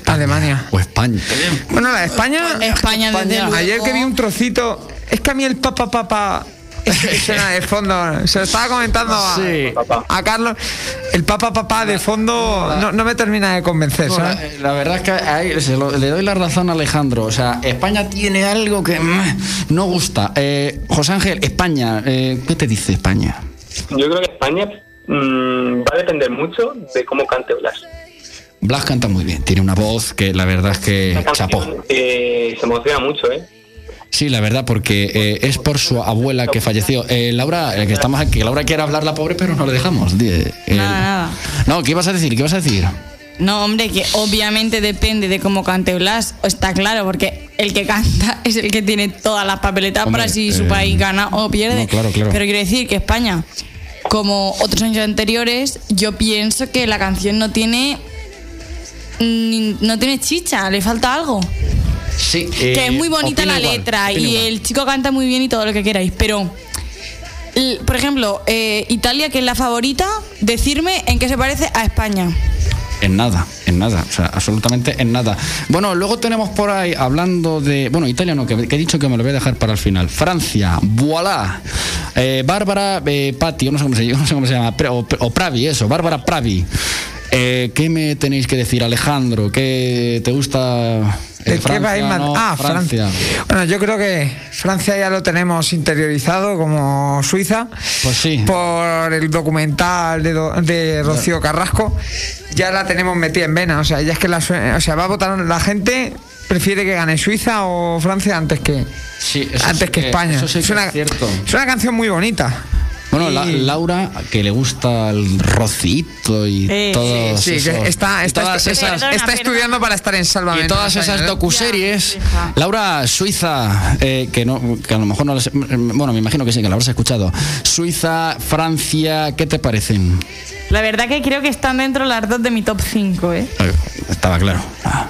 Speaker 6: Alemania.
Speaker 5: O España.
Speaker 6: Bueno, la de España.
Speaker 4: España, desde luego.
Speaker 6: Ayer que vi un trocito. Es que a mí el papá papá. Suena de fondo. Se lo estaba comentando a,
Speaker 5: Sí.
Speaker 6: a Carlos. El papá papá de fondo no, no me termina de convencer,
Speaker 5: No,
Speaker 6: ¿sabes?
Speaker 5: la, eh, la verdad es que ahí se lo- le doy la razón a Alejandro. O sea, España tiene algo que mm, no gusta. Eh, José Ángel, España, eh, ¿qué te dice España?
Speaker 7: Yo creo que España mm, va a depender mucho de cómo cante Blas.
Speaker 5: Eh, Blas canta muy bien, tiene una voz que la verdad es que
Speaker 7: Esta
Speaker 5: chapó.
Speaker 7: canción, eh, se emociona mucho, ¿eh?
Speaker 5: Sí, la verdad, porque eh, es por su abuela que falleció. Eh, Laura, eh, que estamos aquí, Laura quiere hablar la pobre, pero no le dejamos. Di, eh, el-
Speaker 4: Nada, nada.
Speaker 5: No, ¿qué ibas a decir? ¿Qué ibas a decir?
Speaker 4: No, hombre, que obviamente depende de cómo cante Blas, está claro, porque el que canta [LAUGHS] es el que tiene todas las papeletas
Speaker 5: Hombre,
Speaker 4: para si su
Speaker 5: eh,
Speaker 4: país gana o pierde.
Speaker 5: no, claro, claro.
Speaker 4: Pero quiero decir que España, como otros años anteriores, yo pienso que la canción no tiene ni- no tiene chicha, le falta algo.
Speaker 5: Sí,
Speaker 4: que
Speaker 5: eh,
Speaker 4: es muy bonita
Speaker 5: opino
Speaker 4: la
Speaker 5: igual,
Speaker 4: letra
Speaker 5: opino
Speaker 4: y
Speaker 5: igual.
Speaker 4: el chico canta muy bien y todo lo que queráis, pero l- por ejemplo, eh, Italia, que es la favorita, decirme en qué se parece a España.
Speaker 5: En nada, en nada, o sea, absolutamente en nada. Bueno, luego tenemos por ahí, hablando de. Bueno, Italia no, que, que he dicho que me lo voy a dejar para el final. Francia, voilà. Eh, Bárbara eh, Patio, no sé cómo se, [LAUGHS] no sé cómo se llama, pero- o, o Pravi, eso, Bárbara Pravi. Eh, ¿Qué me tenéis que decir, Alejandro? ¿Qué te gusta? eh,
Speaker 6: ¿De qué país más?
Speaker 5: no?
Speaker 6: ah, Francia. Bueno, yo creo que Francia ya lo tenemos interiorizado como Suiza.
Speaker 5: Pues sí.
Speaker 6: Por el documental de, Do- de Rocío Carrasco, ya la tenemos metida en vena. O sea, ya es que la, Sue- o sea, va a votar la gente, prefiere que gane Suiza o Francia antes que,
Speaker 5: Sí, eso
Speaker 6: antes
Speaker 5: sí
Speaker 6: que, España.
Speaker 5: Eso sí
Speaker 6: es,
Speaker 5: que
Speaker 6: una,
Speaker 5: es cierto.
Speaker 6: es una canción muy bonita.
Speaker 5: Bueno, la-
Speaker 6: Y-
Speaker 5: Laura, que le gusta el rocito y
Speaker 4: Eh,
Speaker 5: todo.
Speaker 6: Sí, que está, está, este,
Speaker 5: todas
Speaker 6: está-
Speaker 5: esas,
Speaker 4: Perdona,
Speaker 6: está
Speaker 4: perdona.
Speaker 6: estudiando para estar en Salvamento.
Speaker 5: y todas
Speaker 6: en
Speaker 5: esas
Speaker 6: español, ¿eh?
Speaker 5: docuseries.
Speaker 4: Ya, hija.
Speaker 5: Laura, Suiza, eh, que, no, que a lo mejor no las. mm, Bueno, me imagino que sí, que la habrás escuchado. Suiza, Francia, ¿qué te parecen?
Speaker 4: La verdad que creo que están dentro las dos de mi top 5, ¿eh?
Speaker 5: Eh, Estaba claro. Ah.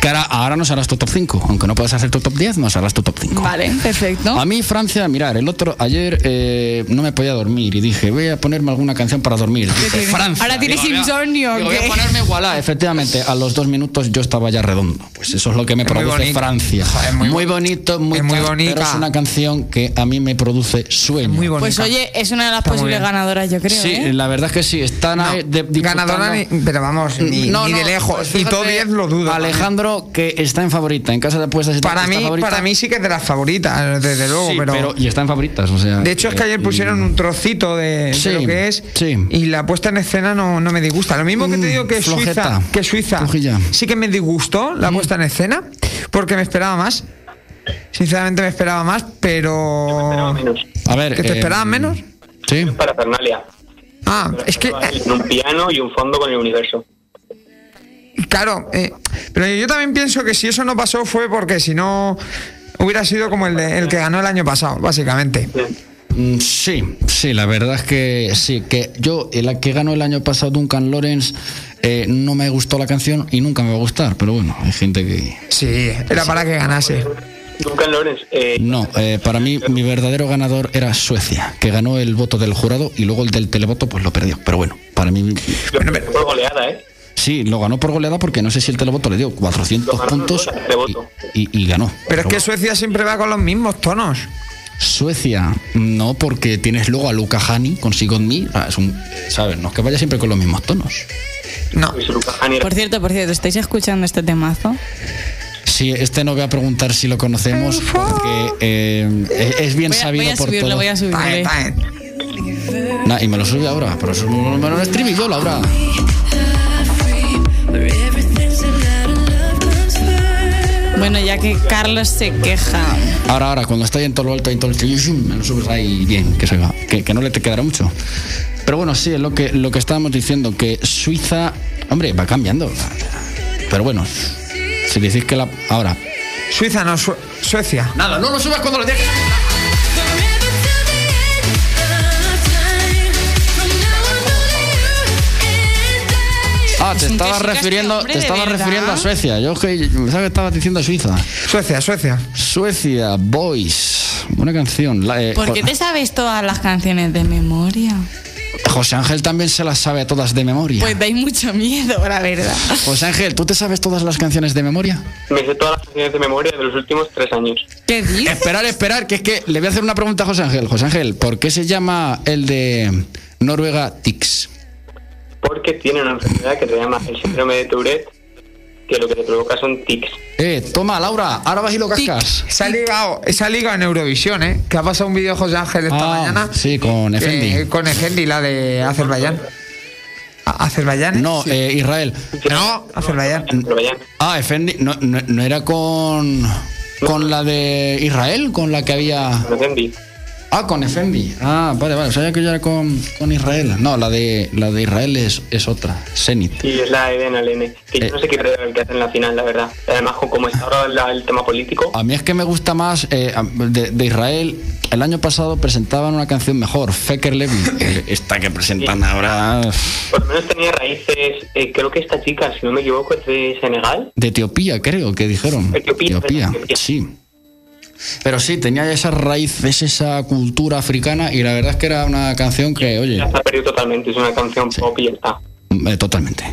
Speaker 5: Que ahora, ahora nos harás tu top 5. Aunque no puedas hacer tu top 10, nos harás tu top 5.
Speaker 4: Vale, perfecto.
Speaker 5: A mí Francia, mirar, el otro ayer eh, no me podía dormir y dije, voy a ponerme alguna canción para dormir. Dije,
Speaker 4: tienes?
Speaker 5: Francia.
Speaker 4: Ahora tienes
Speaker 5: Digo, voy a-
Speaker 4: insomnio,
Speaker 5: digo, Voy
Speaker 4: ¿qué?
Speaker 5: a ponerme voilà, efectivamente. A los dos minutos yo estaba ya redondo. Pues eso es lo que me
Speaker 6: Es muy
Speaker 5: produce
Speaker 6: bonito.
Speaker 5: Francia.
Speaker 6: Joder, es muy
Speaker 5: muy,
Speaker 6: bo-
Speaker 5: bonito, muy,
Speaker 6: es muy
Speaker 5: tal, Pero
Speaker 6: bonita.
Speaker 5: es una canción que a mí me produce sueño.
Speaker 6: Muy bonita.
Speaker 4: Pues oye, es una de las
Speaker 6: Está muy
Speaker 4: posibles
Speaker 6: bien.
Speaker 4: ganadoras, yo creo.
Speaker 5: Sí,
Speaker 4: ¿eh?
Speaker 5: la verdad es que sí. Están
Speaker 6: No,
Speaker 5: ahí de- disputando-
Speaker 6: ganadora, ni- pero vamos, ni,
Speaker 5: No,
Speaker 6: ni de
Speaker 5: no,
Speaker 6: lejos.
Speaker 5: pues
Speaker 6: y todo
Speaker 5: fíjate,
Speaker 6: 10 lo dudo.
Speaker 5: Alejandro, que está en favorita. En casa de apuestas está,
Speaker 6: Para
Speaker 5: está
Speaker 6: mí,
Speaker 5: favorita.
Speaker 6: para mí sí que es de las favoritas, desde luego,
Speaker 5: Sí,
Speaker 6: pero,
Speaker 5: Y está en favoritas. O sea,
Speaker 6: De hecho, es que ayer
Speaker 5: eh,
Speaker 6: pusieron un trocito de, de
Speaker 5: Sí,
Speaker 6: lo que es
Speaker 5: sí.
Speaker 6: y la puesta en escena no, no me disgusta. Lo mismo que te
Speaker 5: Mm,
Speaker 6: digo que
Speaker 5: flojeta, Mm.
Speaker 6: Suiza, que Suiza
Speaker 5: flojilla.
Speaker 6: sí que me disgustó la puesta en escena porque me esperaba más. Sinceramente me esperaba más, pero...
Speaker 7: menos.
Speaker 5: A ver.
Speaker 6: ¿Que te
Speaker 5: eh,
Speaker 6: esperaban menos?
Speaker 5: Sí.
Speaker 7: Para Fernalia.
Speaker 6: Ah, es que... eh,
Speaker 7: En un piano y un fondo con el universo.
Speaker 6: Claro, eh, pero yo también pienso que si eso no pasó fue porque si no hubiera sido como el, de- el que ganó el año pasado, básicamente.
Speaker 5: Mm, Sí, sí, la verdad es que sí, que yo, eh, la que ganó el año pasado Duncan Lawrence, eh, no me gustó la canción y nunca me va a gustar, pero bueno, hay gente que...
Speaker 6: Sí, era para que ganase.
Speaker 7: Duncan Lawrence, eh,
Speaker 5: No, eh, para mí mi verdadero ganador era Suecia, que ganó el voto del jurado y luego el del televoto pues lo perdió, pero bueno, para mí...
Speaker 7: lo ganó por goleada, ¿eh?
Speaker 5: Sí, lo ganó por goleada porque no sé si el televoto le dio 400
Speaker 7: Lo ganó
Speaker 5: puntos
Speaker 7: el televoto.
Speaker 5: y, y- y ganó.
Speaker 6: Pero es que
Speaker 5: bueno.
Speaker 6: Suecia siempre va con los mismos tonos.
Speaker 5: Suecia, no, porque tienes luego a Luca Hani consigo en mí, ah, es un- ¿sabes? No es que vaya siempre con los mismos tonos.
Speaker 6: No.
Speaker 7: Luis Lucajani era
Speaker 4: Por cierto, por cierto, ¿estáis escuchando este temazo?
Speaker 5: Sí, este no voy a preguntar si lo conocemos porque eh, es, es bien
Speaker 4: Voy a,
Speaker 5: sabido
Speaker 4: voy a
Speaker 5: por
Speaker 4: subirlo,
Speaker 5: todos.
Speaker 4: voy a
Speaker 6: Tae,
Speaker 4: subirlo. ¿eh?
Speaker 6: tae.
Speaker 5: Nah, y me lo sube ahora, pero eso no me lo estribillo, Laura.
Speaker 4: Bueno, ya que Carlos se queja.
Speaker 5: Ahora, ahora, cuando esté en todo lo alto y en todo el trillo, shum, me lo subes ahí bien, que se va, que, que no le te quedará mucho. Pero bueno, sí, es lo que, lo que estábamos diciendo, que Suiza, hombre, va cambiando. Pero bueno, si decís que la... Ahora...
Speaker 6: Suiza no, Sue- Suecia.
Speaker 5: Nada, no lo subas cuando lo dejes. Ah, te
Speaker 4: Es un
Speaker 5: estabas
Speaker 4: casi
Speaker 5: refiriendo,
Speaker 4: hombre,
Speaker 5: te
Speaker 4: de
Speaker 5: estabas
Speaker 4: verdad.
Speaker 5: refiriendo a Suecia. Yo que pensaba que estabas diciendo Suiza.
Speaker 6: Suecia, Suecia.
Speaker 5: Suecia, Boys. Buena canción. La, eh,
Speaker 4: ¿Por qué
Speaker 5: Jo-
Speaker 4: te sabes todas las canciones de memoria?
Speaker 5: José Ángel también se las sabe todas de memoria.
Speaker 4: Pues dais mucho miedo, la verdad.
Speaker 5: José Ángel, ¿tú te sabes todas las canciones de memoria?
Speaker 7: Me sé todas las canciones de memoria de los últimos tres años.
Speaker 4: ¿Qué dices?
Speaker 5: Esperar, esperar, que es que le voy a hacer una pregunta a José Ángel. José Ángel, ¿por qué se llama el de Noruega Tix?
Speaker 7: Porque tiene una enfermedad que se llama el síndrome de Tourette, que lo que le provoca son tics.
Speaker 5: Eh, toma, Laura, ahora vas y lo cascas.
Speaker 6: Se ha ligado, se ha ligado en Eurovisión, ¿eh? Que ha pasado un vídeo de José Ángel esta
Speaker 5: Ah,
Speaker 6: mañana.
Speaker 5: sí, con
Speaker 6: eh,
Speaker 5: Efendi.
Speaker 6: con Efendi, la de Azerbaiyán. A- ¿Azerbaiyán?
Speaker 5: No,
Speaker 6: Sí.
Speaker 5: eh, Israel.
Speaker 6: no, Azerbaiyán.
Speaker 7: Pero vayan.
Speaker 5: Ah, Efendi, no, no- no era con, con la de Israel, con la que había...
Speaker 7: No entendí.
Speaker 5: Ah, con Efendi. Ah, vale, vale. Sabía que yo era con, con Israel. No, la de la de Israel es, es otra. Zenit.
Speaker 7: Y es la E Eden Alene, que
Speaker 5: Eh.
Speaker 7: yo no sé qué creo que hacen en la final, la verdad. Además, con cómo está ahora la- el tema político,
Speaker 5: A mí es que me gusta más eh, a- de, de Israel. El año pasado presentaban una canción mejor,
Speaker 7: [LAUGHS]
Speaker 5: Faker Levy. Esta que presentan ahora
Speaker 7: por lo menos tenía raíces, eh, creo que esta chica, si no me equivoco, es de Senegal.
Speaker 5: de Etiopía, creo que dijeron.
Speaker 7: Etiopía, perdón, Etiopía.
Speaker 5: sí. Pero sí, tenía esas raíces, esa cultura africana y la verdad es que era una canción que, oye,
Speaker 7: Ya se ha perdido totalmente, es una canción pop y ya está.
Speaker 5: Eh, Totalmente.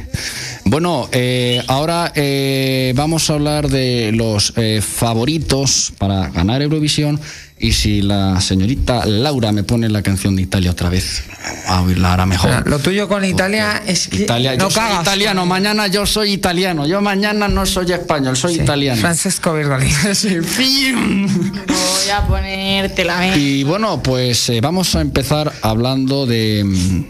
Speaker 5: Bueno, eh, ahora eh, vamos a hablar de los eh, favoritos para ganar Eurovisión. Y si la señorita Laura me pone la canción de Italia otra vez, a oírla ahora
Speaker 6: Mira,
Speaker 5: mejor.
Speaker 6: Lo tuyo con Italia es que
Speaker 5: Italia,
Speaker 6: no
Speaker 5: yo soy
Speaker 6: cagas.
Speaker 5: italiano, mañana yo soy italiano, yo mañana no soy español, soy
Speaker 6: Sí,
Speaker 5: italiano.
Speaker 6: Francesco Bergoglio.
Speaker 5: [LAUGHS] Sí, fin.
Speaker 4: Voy a ponerte la mente.
Speaker 5: Y bueno, pues eh, vamos a empezar hablando de. mm,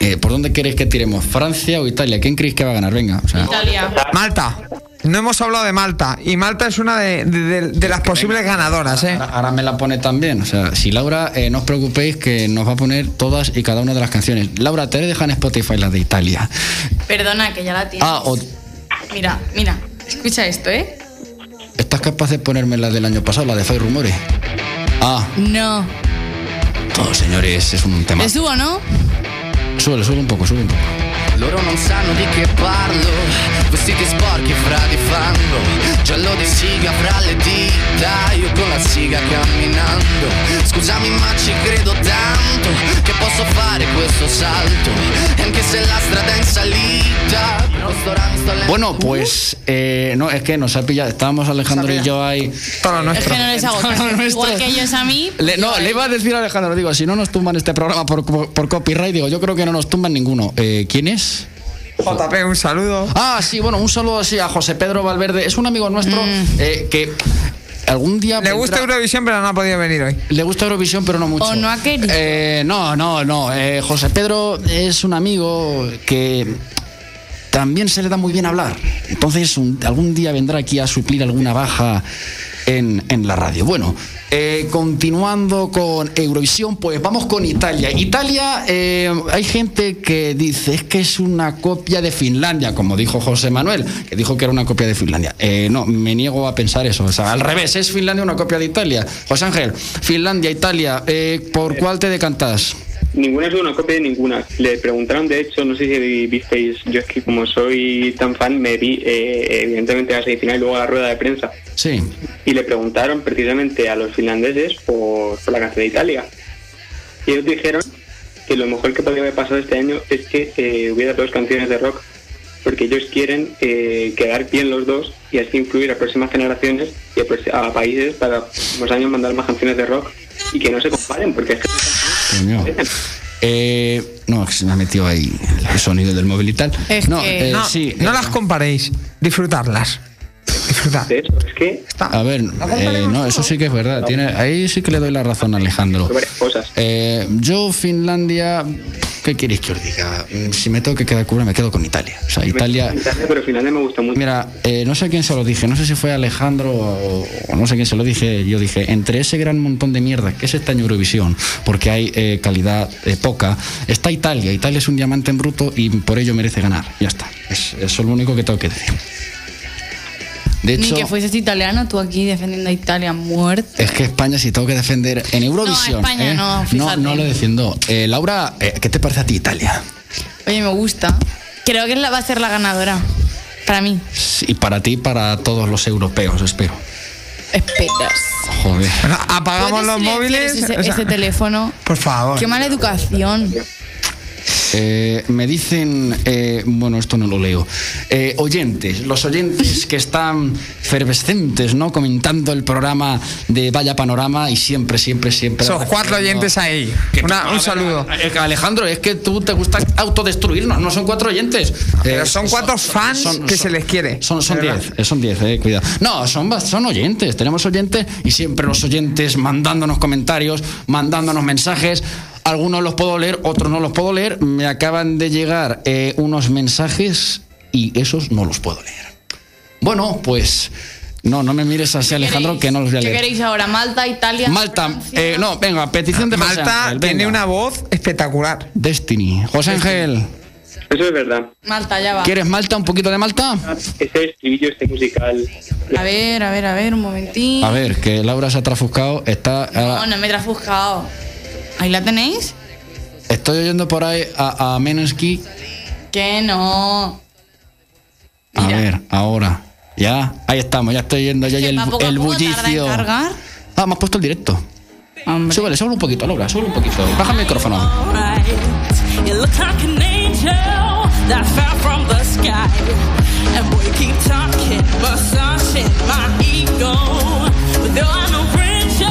Speaker 5: eh, ¿Por dónde queréis que tiremos? ¿Francia o Italia? ¿Quién creéis que va a ganar? Venga, o sea,
Speaker 4: Italia.
Speaker 5: Ah.
Speaker 6: Malta. No hemos hablado de Malta. Y Malta es una de, de- de- de las posibles ganadoras, ¿eh?
Speaker 5: Ahora, ahora me la pone también. O sea, si Laura, eh, no os preocupéis que nos va a poner todas y cada una de las canciones. Laura, te dejan Spotify las de Italia.
Speaker 4: Perdona, que ya la tienes.
Speaker 5: Ah, o
Speaker 4: Mira, mira. Escucha esto, ¿eh?
Speaker 5: ¿estás capaz de ponerme las del año pasado, la de Fire Rumores? Ah,
Speaker 4: No.
Speaker 5: todo, señores, es un tema.
Speaker 4: ¿Le subo, no?
Speaker 5: Sube, sube un poco, sube un poco.
Speaker 9: Loro non sanno di che parlo Vestiti sporchi fra di fango Giallo di siga fra le dita Io con la siga camminando Scusami ma ci credo tanto Che posso fare questo salto E anche se la strada è in salita in un ristorante sto lento.
Speaker 5: Bueno, pues eh, no, es que nos ha pillado. Estábamos Alejandro y yo ahí.
Speaker 6: Todo lo
Speaker 4: Es
Speaker 6: nuestro.
Speaker 4: que no les hago
Speaker 5: No,
Speaker 4: caso.
Speaker 5: no, no,
Speaker 4: Igual
Speaker 5: esto-
Speaker 4: que ellos a mí. pues
Speaker 5: Le- no, le iba a decir a Alejandro, digo, si no nos tumban este programa por, por, por copyright, digo, yo creo que no nos tumban ninguno. Eh, ¿Quién es?
Speaker 6: JP, un saludo.
Speaker 5: Ah, sí, bueno, un saludo así a José Pedro Valverde. Es un amigo nuestro
Speaker 4: Mm.
Speaker 5: eh, que algún día.
Speaker 6: Le gusta
Speaker 5: vendrá-
Speaker 6: Eurovisión, pero no ha podido venir hoy.
Speaker 5: Le gusta Eurovisión, pero no mucho.
Speaker 4: O no ha querido.
Speaker 5: Eh, no, no, no. Eh, José Pedro es un amigo que también se le da muy bien hablar. Entonces, un- algún día vendrá aquí a suplir alguna baja en, en la radio. Bueno, eh, continuando con Eurovisión, pues vamos con Italia. Italia, eh, hay gente que dice es que es una copia de Finlandia, como dijo José Manuel, que dijo que era una copia de Finlandia. Eh, no, me niego a pensar eso. O sea, al revés, es Finlandia una copia de Italia. José Ángel, Finlandia, Italia, eh, ¿por cuál te decantas?
Speaker 7: Ninguna es una copia de ninguna. Le preguntaron, de hecho, no sé si visteis, yo es que como soy tan fan, me vi eh, evidentemente la semifinal y luego la rueda de prensa.
Speaker 5: Sí.
Speaker 7: Y le preguntaron precisamente a los finlandeses por, por la canción de Italia. Y ellos dijeron que lo mejor que podría haber pasado este año es que eh, hubiera dos canciones de rock, porque ellos quieren eh, quedar bien los dos y así influir a próximas generaciones y a, prox- a países para los años mandar más canciones de rock y que no se comparen, porque es que...
Speaker 5: Coño. Eh, no, que se me ha metido ahí el sonido del móvil y tal.
Speaker 4: Es
Speaker 5: no,
Speaker 4: que-
Speaker 5: eh,
Speaker 6: No,
Speaker 5: sí.
Speaker 6: no
Speaker 5: eh,
Speaker 6: las comparéis. Disfrutarlas. Disfrutar.
Speaker 7: de eso, es que
Speaker 5: A ver, eh, no, eso sí que es verdad. Tiene, ahí sí que le doy la razón a Alejandro.
Speaker 7: varias cosas.
Speaker 5: Eh, yo, Finlandia, ¿qué queréis que os diga? Mm, Si me tengo que quedar cura, me quedo con Italia. O sea, Italia.
Speaker 7: pero Finlandia me gusta mucho.
Speaker 5: Mira, eh, no sé a quién se lo dije, no sé si fue a Alejandro o, o no sé quién se lo dije. Yo dije, entre ese gran montón de mierda que es esta en Eurovisión, porque hay eh, calidad eh, poca, está Italia. Italia es un diamante en bruto y por ello merece ganar. Ya está. Es, eso es lo único que tengo que decir. De
Speaker 4: Ni
Speaker 5: hecho,
Speaker 4: que fueses italiano, tú aquí defendiendo a Italia muerto.
Speaker 5: es que España, si tengo que defender en Eurovisión,
Speaker 4: No, a España
Speaker 5: ¿eh?
Speaker 4: no,
Speaker 5: no,
Speaker 4: fíjate.
Speaker 5: no lo defiendo. Eh, Laura, eh, ¿qué te parece a ti Italia?
Speaker 4: Oye, me gusta. Creo que la va a ser la ganadora. Para mí.
Speaker 5: Y para ti, para todos los europeos, espero.
Speaker 4: Esperas.
Speaker 5: Joder.
Speaker 6: Bueno, apagamos los
Speaker 4: ¿Puedes
Speaker 6: móviles.
Speaker 4: silenciar Ese,
Speaker 6: O sea,
Speaker 4: ese teléfono.
Speaker 6: por favor.
Speaker 4: Qué mala educación.
Speaker 5: Eh, me dicen, eh, bueno, esto no lo leo, Eh, oyentes, los oyentes que están fervescentes, ¿no? Comentando el programa de Vaya Panorama y siempre, siempre, siempre.
Speaker 6: Esos cuatro oyentes ahí.
Speaker 5: Que-
Speaker 6: Una-
Speaker 5: a
Speaker 6: un
Speaker 5: ver,
Speaker 6: saludo.
Speaker 5: a- a- eh, Alejandro, es que tú te gusta autodestruirnos, no son cuatro oyentes.
Speaker 6: Ah,
Speaker 5: Eh,
Speaker 6: Pero son cuatro fans que se les quiere.
Speaker 5: Son, son
Speaker 6: De verdad.
Speaker 5: diez, eh, son diez, eh, cuidado. No, son, bas- son oyentes, tenemos oyentes y siempre los oyentes mandándonos comentarios, mandándonos mensajes. Algunos los puedo leer, otros no los puedo leer. Me acaban de llegar eh, unos mensajes y esos no los puedo leer. Bueno, pues No, no me mires así, Alejandro,
Speaker 4: queréis?
Speaker 5: que no los voy a
Speaker 4: ¿Qué
Speaker 5: leer.
Speaker 4: queréis ahora? ¿Malta, Italia?
Speaker 5: Malta,
Speaker 4: Francia?
Speaker 5: eh, no, venga, petición de José
Speaker 6: Malta
Speaker 5: Ángel,
Speaker 6: tiene
Speaker 5: venga.
Speaker 6: una voz espectacular.
Speaker 5: Destiny. José Ángel,
Speaker 7: Eso es verdad.
Speaker 4: Malta, ya va.
Speaker 5: ¿quieres Malta? ¿Un poquito de Malta?
Speaker 7: Ese estribillo, este musical.
Speaker 4: A ver, a ver, a ver, un momentín.
Speaker 5: A ver, que Laura se ha trafuscado. Está, ah, ahora-
Speaker 4: No, no me he trafuscado. ¿Ahí la tenéis?
Speaker 5: estoy oyendo por ahí a, a Menensky.
Speaker 4: Que no.
Speaker 5: A
Speaker 4: Mira.
Speaker 5: ver, ahora. Ya, ahí estamos, ya estoy yendo. Ya hay
Speaker 4: Que
Speaker 5: el,
Speaker 4: va poco a
Speaker 5: el
Speaker 4: poco, tarda en
Speaker 5: bullicio.
Speaker 4: cargar.
Speaker 5: Ah, me has puesto el directo.
Speaker 4: Hombre.
Speaker 5: Súbele, solo un poquito, Laura, solo un poquito. Baja el micrófono.
Speaker 11: You look like an angel that fell from the sky. And boy, you keep talking, massaging my ego. But there are no bridges,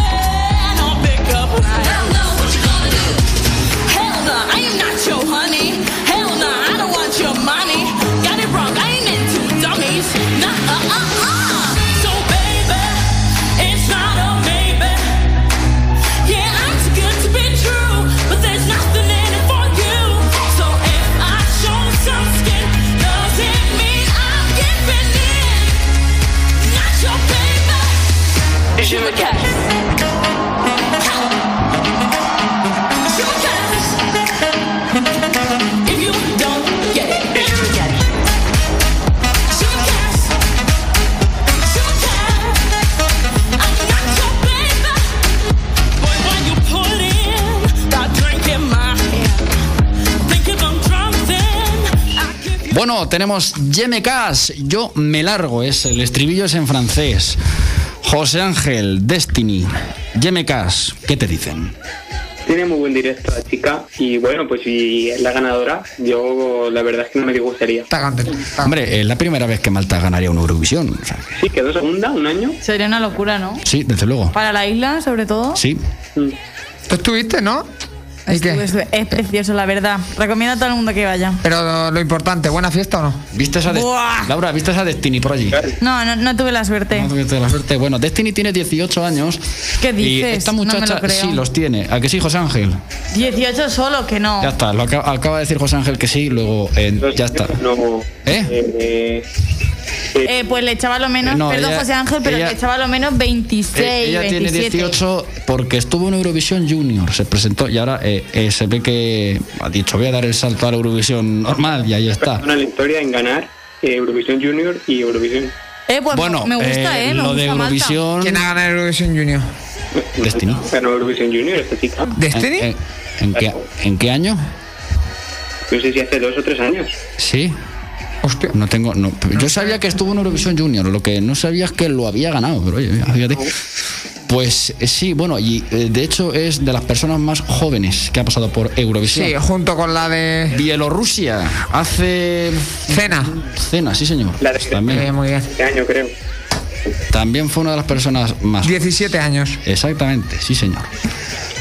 Speaker 11: no pickup lines. Hell no, what you gonna do? Hell no, I am not your honey. Hell no, I don't want your money. Got it wrong, I ain't into dummies. Nah, uh, uh, uh. So baby, it's not a maybe. Yeah, I'm too good to be true, but there's nothing in it for you. So if I show some skin, does it mean I'm giving in? Not your baby. Sugarcane. Sugarcane. If you don't get it, then you get it. Sugarcane. Sugarcane. I'm not your baby. Boy, when you pull in, that drink in my hand. Think if I'm drunk, then I give you.
Speaker 5: Bueno, tenemos YMKs. Yo me largo, es el estribillo es en francés. José Ángel, Destiny, YMKs, ¿qué te dicen?
Speaker 7: Tiene muy buen directo la chica y bueno, pues si es la ganadora, yo la verdad es que no me disgustaría.
Speaker 6: Está contento. está contento.
Speaker 5: Hombre, eh, es la primera vez que Malta ganaría un Eurovisión. o sea que-
Speaker 7: Sí, quedó segunda, un año.
Speaker 4: Sería una locura, ¿no?
Speaker 5: sí, desde luego.
Speaker 4: Para la isla, sobre todo.
Speaker 5: Sí.
Speaker 6: Tú estuviste, ¿no? ¿Y
Speaker 4: Estuve-
Speaker 6: qué?
Speaker 4: estuve- Es precioso, la verdad. Recomiendo a todo el mundo que vaya.
Speaker 6: Pero lo, lo importante, ¿buena fiesta o no?
Speaker 5: ¿Viste esa de-
Speaker 4: Buah.
Speaker 5: Laura, ¿viste esa Destiny por allí?
Speaker 4: No, no, no tuve la suerte.
Speaker 5: No tuviste la suerte. Bueno, Destiny tiene 18 años.
Speaker 4: ¿Qué
Speaker 5: Y
Speaker 4: dices?
Speaker 5: esta
Speaker 4: No me lo
Speaker 5: muchacha
Speaker 4: creo.
Speaker 5: sí los tiene. ¿A que sí, José Ángel?
Speaker 4: 18 solo, que no.
Speaker 5: Ya está, lo acaba, acaba de decir José Ángel que sí, luego eh, ya está.
Speaker 7: No,
Speaker 5: ¿Eh?
Speaker 7: eh,
Speaker 4: Eh, pues le echaba lo menos,
Speaker 5: Eh, no,
Speaker 4: perdón
Speaker 5: ella-
Speaker 4: José Ángel, pero
Speaker 5: ella-
Speaker 4: le echaba lo menos 26,
Speaker 5: Eh, Ella
Speaker 4: 27.
Speaker 5: tiene 18 porque estuvo en Eurovisión Junior, se presentó y ahora eh, eh, se ve que ha dicho voy a dar el salto a la Eurovisión normal y ahí está.
Speaker 7: persona en la historia en ganar eh, Eurovisión Junior y Eurovisión.
Speaker 4: Eh, pues
Speaker 5: Bueno,
Speaker 4: me gusta, eh,
Speaker 5: eh,
Speaker 4: me
Speaker 5: lo
Speaker 4: gusta
Speaker 5: de
Speaker 4: Malta.
Speaker 5: Eurovisión...
Speaker 6: ¿Quién ha ganado Eurovisión Junior?
Speaker 5: Destino.
Speaker 7: Ganó Eurovisión Junior esta chica.
Speaker 6: ¿Destiny?
Speaker 5: ¿En, en- en qué, en qué año?
Speaker 7: No sé si hace dos o tres años.
Speaker 5: Sí,
Speaker 6: Hostia.
Speaker 5: no tengo... no, yo sabía que estuvo en Eurovisión Junior, lo que no sabía es que lo había ganado, pero oye, mira,
Speaker 6: Oh.
Speaker 5: fíjate. Pues eh, sí, bueno, y eh, de hecho es de las personas más jóvenes que ha pasado por Eurovisión.
Speaker 6: Sí, junto con la de
Speaker 5: Bielorrusia hace
Speaker 6: Cena.
Speaker 5: Cena, sí señor.
Speaker 7: La de-
Speaker 6: Eh,
Speaker 5: También,
Speaker 6: muy bien.
Speaker 7: Este año creo.
Speaker 5: también fue una de las personas más.
Speaker 6: 17 años.
Speaker 5: Exactamente, sí señor.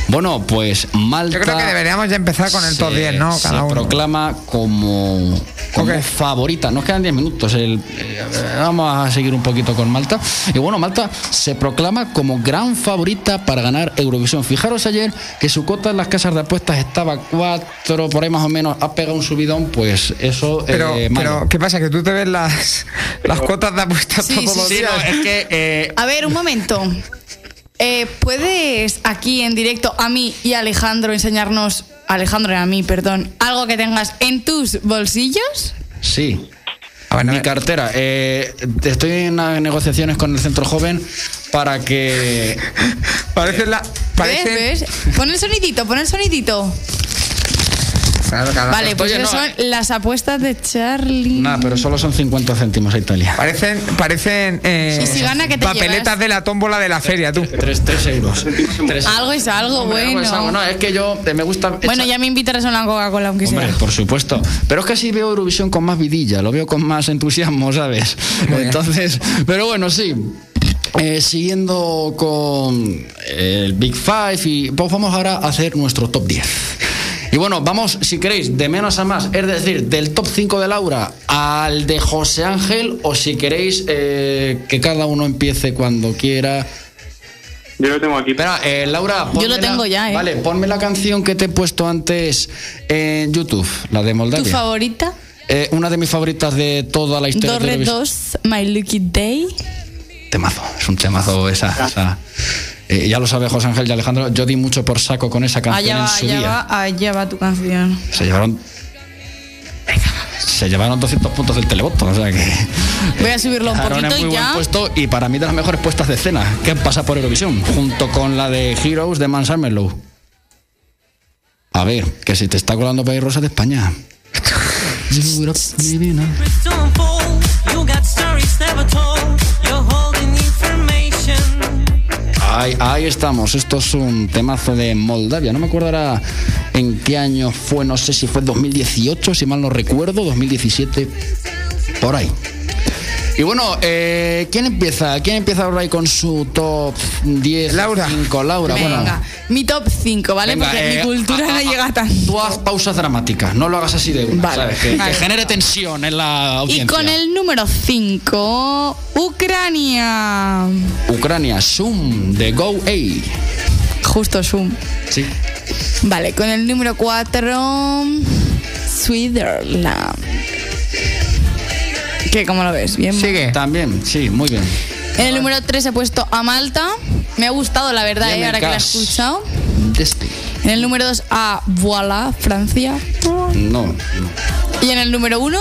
Speaker 5: Bueno, pues Malta.
Speaker 6: Yo creo que deberíamos ya empezar con el top
Speaker 5: se-
Speaker 6: 10, ¿no?
Speaker 5: se
Speaker 6: Cada uno.
Speaker 5: proclama como, como
Speaker 6: Ok.
Speaker 5: favorita. Nos quedan 10 minutos. el- eh, vamos a seguir un poquito con Malta. Y bueno, Malta se proclama como gran favorita para ganar Eurovisión. Fijaros ayer que su cuota en las casas de apuestas estaba 4, por ahí más o menos. Ha pegado un subidón, pues eso.
Speaker 6: Pero,
Speaker 5: eh, malo.
Speaker 6: pero, ¿qué pasa? Que tú te ves las, las cuotas de apuestas
Speaker 4: Sí,
Speaker 6: todos
Speaker 4: sí,
Speaker 6: los
Speaker 4: sí,
Speaker 6: días.
Speaker 5: no, es que eh,
Speaker 4: A ver, un momento. Eh, ¿Puedes aquí en directo a mí y a Alejandro enseñarnos, Alejandro y a mí, perdón, algo que tengas en tus bolsillos?
Speaker 5: sí.
Speaker 6: A ver, a
Speaker 5: Mi
Speaker 6: ver.
Speaker 5: cartera. eh, estoy en las negociaciones con el centro joven para que.
Speaker 6: Parece la. Parece.
Speaker 4: ¿Ves? ¿Ves? Pon el sonidito, pon el
Speaker 5: Ah,
Speaker 4: sonidito.
Speaker 6: Claro, claro.
Speaker 4: Vale, pues
Speaker 5: Oye,
Speaker 4: esas
Speaker 5: pues no,
Speaker 6: eh.
Speaker 5: eh.
Speaker 4: son las apuestas de Charlie.
Speaker 5: Nada, pero solo son 50 céntimos a Italia.
Speaker 6: Parecen, parecen eh,
Speaker 4: Y si gana, ¿qué te
Speaker 6: papeletas
Speaker 4: llevas?
Speaker 6: de la tómbola de la feria, tú.
Speaker 5: 3, euros. Tres-
Speaker 4: Algo es algo,
Speaker 5: Hombre,
Speaker 4: bueno.
Speaker 5: pues, ah, No, es que yo eh, me gusta.
Speaker 4: Bueno,
Speaker 5: echar-
Speaker 4: ya me invitarás a una Coca-Cola, aunque sea.
Speaker 5: Hombre, por supuesto. Pero es que así veo Eurovisión con más vidilla, lo veo con más entusiasmo, ¿sabes? Entonces, pero bueno, sí. Eh, siguiendo con eh, el Big Five y pues vamos ahora a hacer nuestro top 10. Y bueno, vamos, si queréis, de menos a más, es decir, del top 5 de Laura al de José Ángel, o si queréis eh, que cada uno empiece cuando quiera.
Speaker 7: Yo lo tengo aquí.
Speaker 5: Espera, eh, Laura, ponme
Speaker 4: lo
Speaker 5: la-
Speaker 4: tengo ya, ¿eh?
Speaker 5: Vale, ponme la canción que te he puesto antes en YouTube, la de
Speaker 4: ¿Tu
Speaker 5: Moldavia.
Speaker 4: favorita?
Speaker 5: Eh, una de mis favoritas de toda la historia
Speaker 4: Dos
Speaker 5: de
Speaker 4: Red
Speaker 5: Eurovisión.
Speaker 4: 2, My Lucky Day.
Speaker 5: temazo, es un temazo esa. esa- Eh, ya lo sabe José Ángel y Alejandro, yo di mucho por saco con esa canción
Speaker 4: Allá va,
Speaker 5: en su
Speaker 4: allá
Speaker 5: día.
Speaker 4: va, allá va tu canción.
Speaker 5: Se llevaron. Se llevaron 200 puntos del televoto, o sea que.
Speaker 4: Voy a subirlo un
Speaker 5: Dejaron en
Speaker 4: poquito
Speaker 5: muy
Speaker 4: y
Speaker 5: buen
Speaker 4: ya.
Speaker 5: puesto y para mí de las mejores puestas de escena que han pasado por Eurovisión, junto con la de Heroes de Mans Armelow. A ver, que si te está colando País Rosa de España.
Speaker 12: secrets to unfold. You got stories never told. You're holding information.
Speaker 5: Ahí, ahí estamos. Esto es un temazo de Moldavia. No me acuerdo ahora en qué año fue. No sé si fue 2018, si mal no recuerdo. 2017. Por ahí. Y bueno, eh, ¿quién empieza? ¿Quién empieza ahora ahí con su top 10? Laura. 5, Laura.
Speaker 4: Venga,
Speaker 5: Bueno,
Speaker 4: mi top 5, ¿vale?
Speaker 5: Venga,
Speaker 4: Porque
Speaker 5: eh,
Speaker 4: mi cultura no llega tan.
Speaker 5: tú haz pausas dramáticas. No lo hagas así de una.
Speaker 4: Vale.
Speaker 5: ¿sabes? Que, que
Speaker 4: Vale.
Speaker 5: genere tensión en la audiencia.
Speaker 4: Y con el número 5, Ucrania.
Speaker 5: Ucrania, Zoom, de Go A.
Speaker 4: Justo Zoom.
Speaker 5: Sí.
Speaker 4: Vale, con el número 4, Switzerland. ¿Qué, cómo lo ves? Bien.
Speaker 5: Sigue. También, sí, muy bien.
Speaker 4: En el número 3 he puesto a Malta. Me ha gustado, la verdad,
Speaker 5: Bien,
Speaker 4: eh, ahora que la he
Speaker 5: Cas.
Speaker 4: escuchado.
Speaker 5: Este.
Speaker 4: En el número 2, a Voilà, Francia.
Speaker 5: No, no.
Speaker 4: Y en el número 1,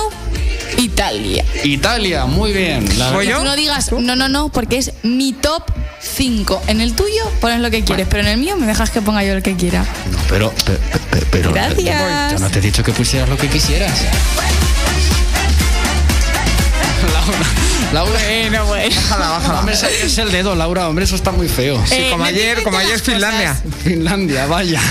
Speaker 4: Italia.
Speaker 5: Italia, muy bien. La
Speaker 4: Que tú no digas, no, no, no, porque es mi top 5. En el tuyo pones lo que quieres, pero en el mío me dejas que ponga yo lo que quiera.
Speaker 5: No, pero, pe- pe- pe- pero, eh,
Speaker 4: Gracias.
Speaker 5: Yo no te he dicho que pusieras lo que
Speaker 4: [LAUGHS]
Speaker 5: quisieras. Laura, Laura. eh,
Speaker 6: Bueno, bueno. Bájala, bájala.
Speaker 5: Hombre, es el dedo, Laura. Hombre, eso está muy feo.
Speaker 6: Sí, Eh, como ayer- como ayer Finlandia.
Speaker 5: Finlandia,
Speaker 6: [LAUGHS]
Speaker 5: vaya.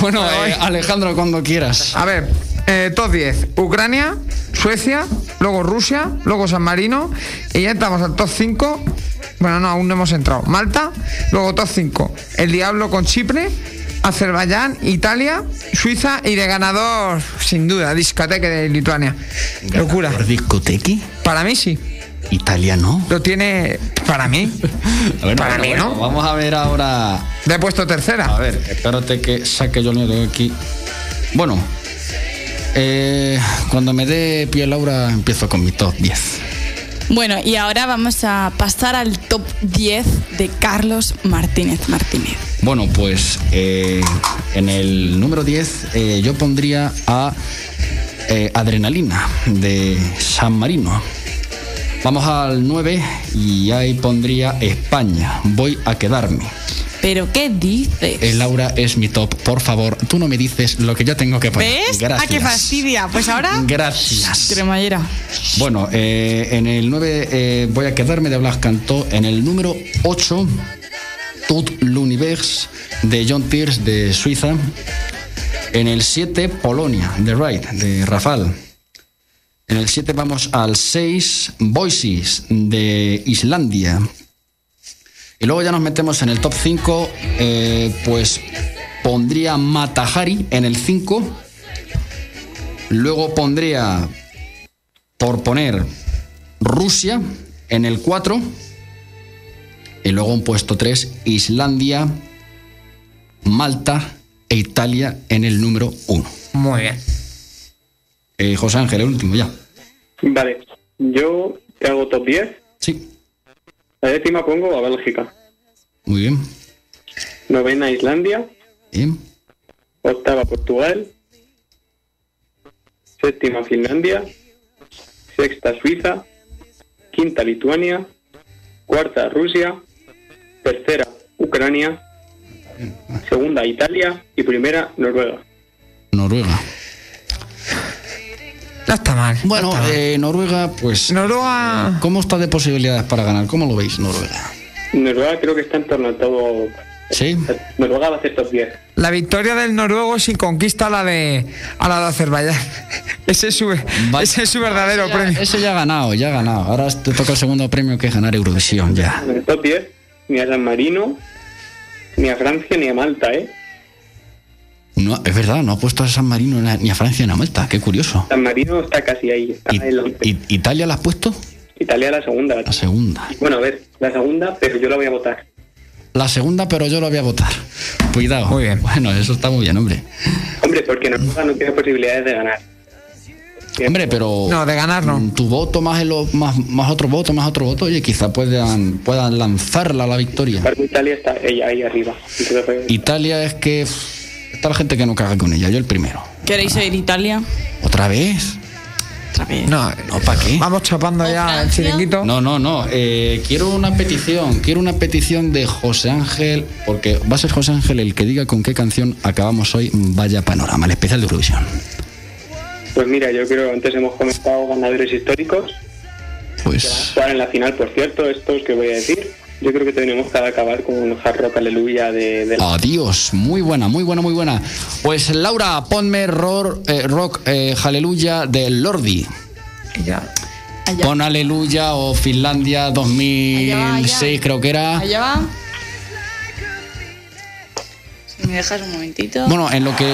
Speaker 5: Bueno, eh, Alejandro, cuando quieras.
Speaker 6: A ver, eh, top 10. Ucrania, Suecia, luego Rusia, luego San Marino. Y ya estamos al top 5. Bueno, no, aún no hemos entrado. Malta, luego top 5. El Diablo con Chipre, Azerbaiyán, Italia, Suiza y de ganador, sin duda, discoteque de Lituania. Locura.
Speaker 5: ¿Por discoteque?
Speaker 6: Para mí sí.
Speaker 5: Italia no.
Speaker 6: Lo tiene para [LAUGHS] mí.
Speaker 5: Bueno,
Speaker 6: para
Speaker 5: bueno,
Speaker 6: mí
Speaker 5: bueno,
Speaker 6: no.
Speaker 5: Vamos a ver ahora.
Speaker 6: Le he puesto tercera.
Speaker 5: A ver, espérate que saque yo el mío tengo aquí. Bueno, eh, cuando me dé pie Laura, empiezo con mi top 10.
Speaker 4: Bueno, y ahora vamos a pasar al top 10 de Carlos Martínez Martínez.
Speaker 5: Bueno, pues eh, en el número 10 eh, yo pondría a eh, Adrenalina de San Marino. Vamos al 9 y ahí pondría España. Voy a quedarme.
Speaker 4: ¿Pero qué dices?
Speaker 5: Eh, Laura es mi top. Por favor, tú no me dices lo que yo tengo que poner.
Speaker 4: ¿Ves?
Speaker 5: Gracias.
Speaker 4: ¿A qué fastidia? Pues ahora.
Speaker 5: Gracias.
Speaker 4: Cremallera.
Speaker 5: Bueno, eh, en el 9 eh, voy a quedarme de Blas Cantó. En el número 8, Tout l'univers de John Pierce de Suiza. En el 7, Polonia, de Wright, de Rafal. En el 7 vamos al 6, Voices de Islandia. Y luego ya nos metemos en el top 5, eh, pues pondría Matahari en el 5. Luego pondría por poner Rusia en el 4 y luego en puesto 3 Islandia, Malta e Italia en el número 1.
Speaker 6: Muy bien.
Speaker 5: José Ángel, el último ya.
Speaker 7: Vale, yo te hago top 10.
Speaker 5: Sí.
Speaker 7: La décima pongo a Bélgica.
Speaker 5: Muy bien.
Speaker 7: Novena Islandia.
Speaker 5: Bien.
Speaker 7: Octava Portugal. Séptima Finlandia. Sexta Suiza. Quinta Lituania. Cuarta Rusia. Tercera Ucrania. Segunda Italia. Y primera Noruega.
Speaker 5: Noruega.
Speaker 6: No está mal.
Speaker 5: Bueno, eh, Noruega, pues...
Speaker 6: Noruega...
Speaker 5: ¿Cómo está de posibilidades para ganar? ¿Cómo lo veis, Noruega?
Speaker 7: Noruega creo que está en torno a todo.
Speaker 5: Sí.
Speaker 7: Noruega va a hacer top 10.
Speaker 6: La victoria del noruego si conquista la de a la de Azerbaiyán. [LAUGHS] Ese es su, ese es su verdadero
Speaker 5: Ya-
Speaker 6: premio.
Speaker 5: Ese ya ha ganado, ya ha ganado. Ahora te toca el segundo premio que es ganar Eurovisión, ya.
Speaker 7: En el top 10, ni a San Marino, ni a Francia, ni a Malta, ¿eh?
Speaker 5: No, es verdad, no ha puesto a San Marino ni a- ni a Francia ni a Malta. Qué curioso.
Speaker 7: San Marino está casi ahí. Está en la-
Speaker 5: I- ¿Italia la has puesto?
Speaker 7: Italia la segunda.
Speaker 5: La segunda.
Speaker 7: Bueno, a ver, la segunda, pero yo la voy a votar.
Speaker 5: La segunda, pero yo la voy a votar. Cuidado. Muy bien. Bueno, eso está muy bien, hombre.
Speaker 7: Hombre, porque Noruega no tiene posibilidades de ganar.
Speaker 5: Hombre, pero. No, de ganar no. Tu voto más, el, o- más, más otro voto, más otro voto, oye, quizá puedan, puedan lanzarla a la victoria.
Speaker 7: Barco Italia está ella ahí arriba. Entonces, pues,
Speaker 5: Italia es que. pff, Está la gente que no caga con ella, yo el primero.
Speaker 4: ¿Queréis ir a Italia?
Speaker 5: ¿Otra vez?
Speaker 4: ¿Otra vez?
Speaker 5: No, no ¿para qué?
Speaker 6: Vamos chapando ya el chiringuito.
Speaker 5: No, no, no. eh, quiero una petición. Quiero una petición de José Ángel, porque va a ser José Ángel el que diga con qué canción acabamos hoy. Vaya panorama, el especial de Eurovisión.
Speaker 7: pues mira, yo creo que antes hemos comentado ganadores históricos.
Speaker 5: Pues.
Speaker 7: Que van a jugar en la final, por cierto, estos que voy a decir. Yo creo que tenemos que acabar con un hard rock aleluya de, de la-
Speaker 5: Adiós, muy buena, muy buena, muy buena. Pues Laura, ponme ror- eh, rock, eh, aleluya de Lordi.
Speaker 6: Ya.
Speaker 5: Pon aleluya o Finlandia 2006 creo que era.
Speaker 4: Allá va. Si me dejas un momentito.
Speaker 5: Bueno, en lo que...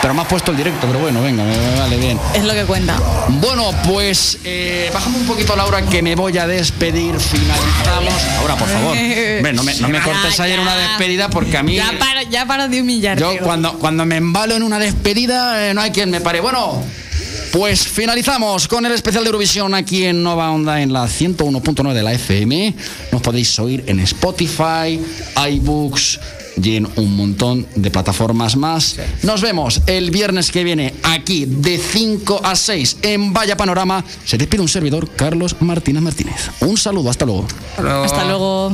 Speaker 5: Pero me has puesto el directo, pero bueno, venga, me- me vale bien.
Speaker 4: Es lo que cuenta.
Speaker 5: Bueno, pues eh, bajamos un poquito, Laura, que me voy a despedir. Finalizamos. Ahora,
Speaker 4: [LAUGHS]
Speaker 5: por favor. Hombre, no me, no me cortes ayer una despedida porque a mí.
Speaker 4: Ya para, ya para de humillar.
Speaker 5: Yo cuando, cuando me embalo en una despedida eh, no hay quien me pare. Bueno, pues finalizamos con el especial de Eurovisión aquí en Nova Onda en la 101.9 de la FM. Nos podéis oír en Spotify, iBooks y en un montón de plataformas más. Nos vemos el viernes que viene aquí de 5 a 6 en Vaya Panorama. Se despide un servidor, Carlos Martínez Martínez. Un saludo, hasta luego.
Speaker 4: Hasta luego.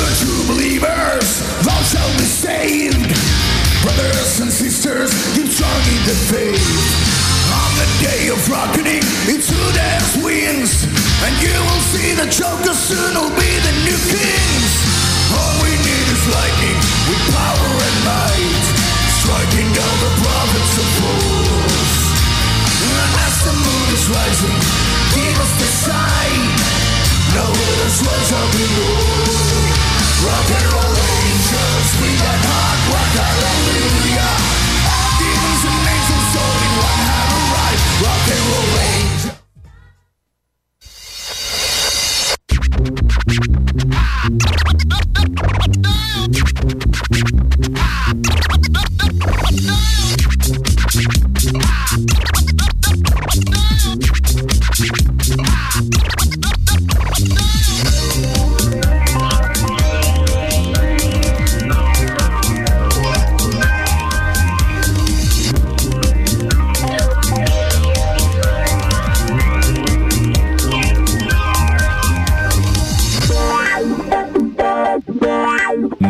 Speaker 8: The true believers, thou shalt be saved. Brothers and sisters, keep strong in the faith. On the day of reckoning, it's who dares wins. And you will see the Joker soon will be the new kings. All we need is lightning with power and might. Striking down the prophets of fools. As the moon is rising, give us the sign. No others will shall be ruled. Rock and roll angels, we got hard rock, hallelujah. Demons and angels, all in one have arrived. Rock and roll angels.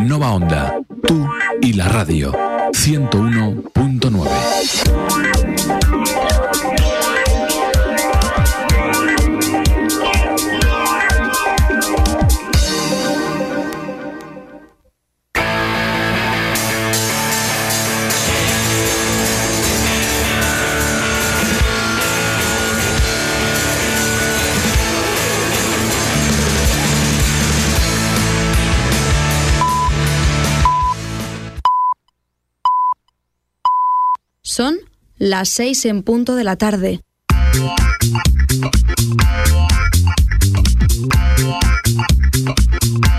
Speaker 2: Nova Onda, tú y la radio. 101.9.
Speaker 1: Son las seis en punto de la tarde.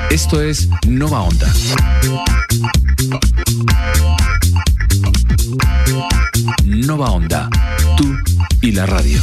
Speaker 2: Esto es Nova Onda. Nova Onda, tú y la radio.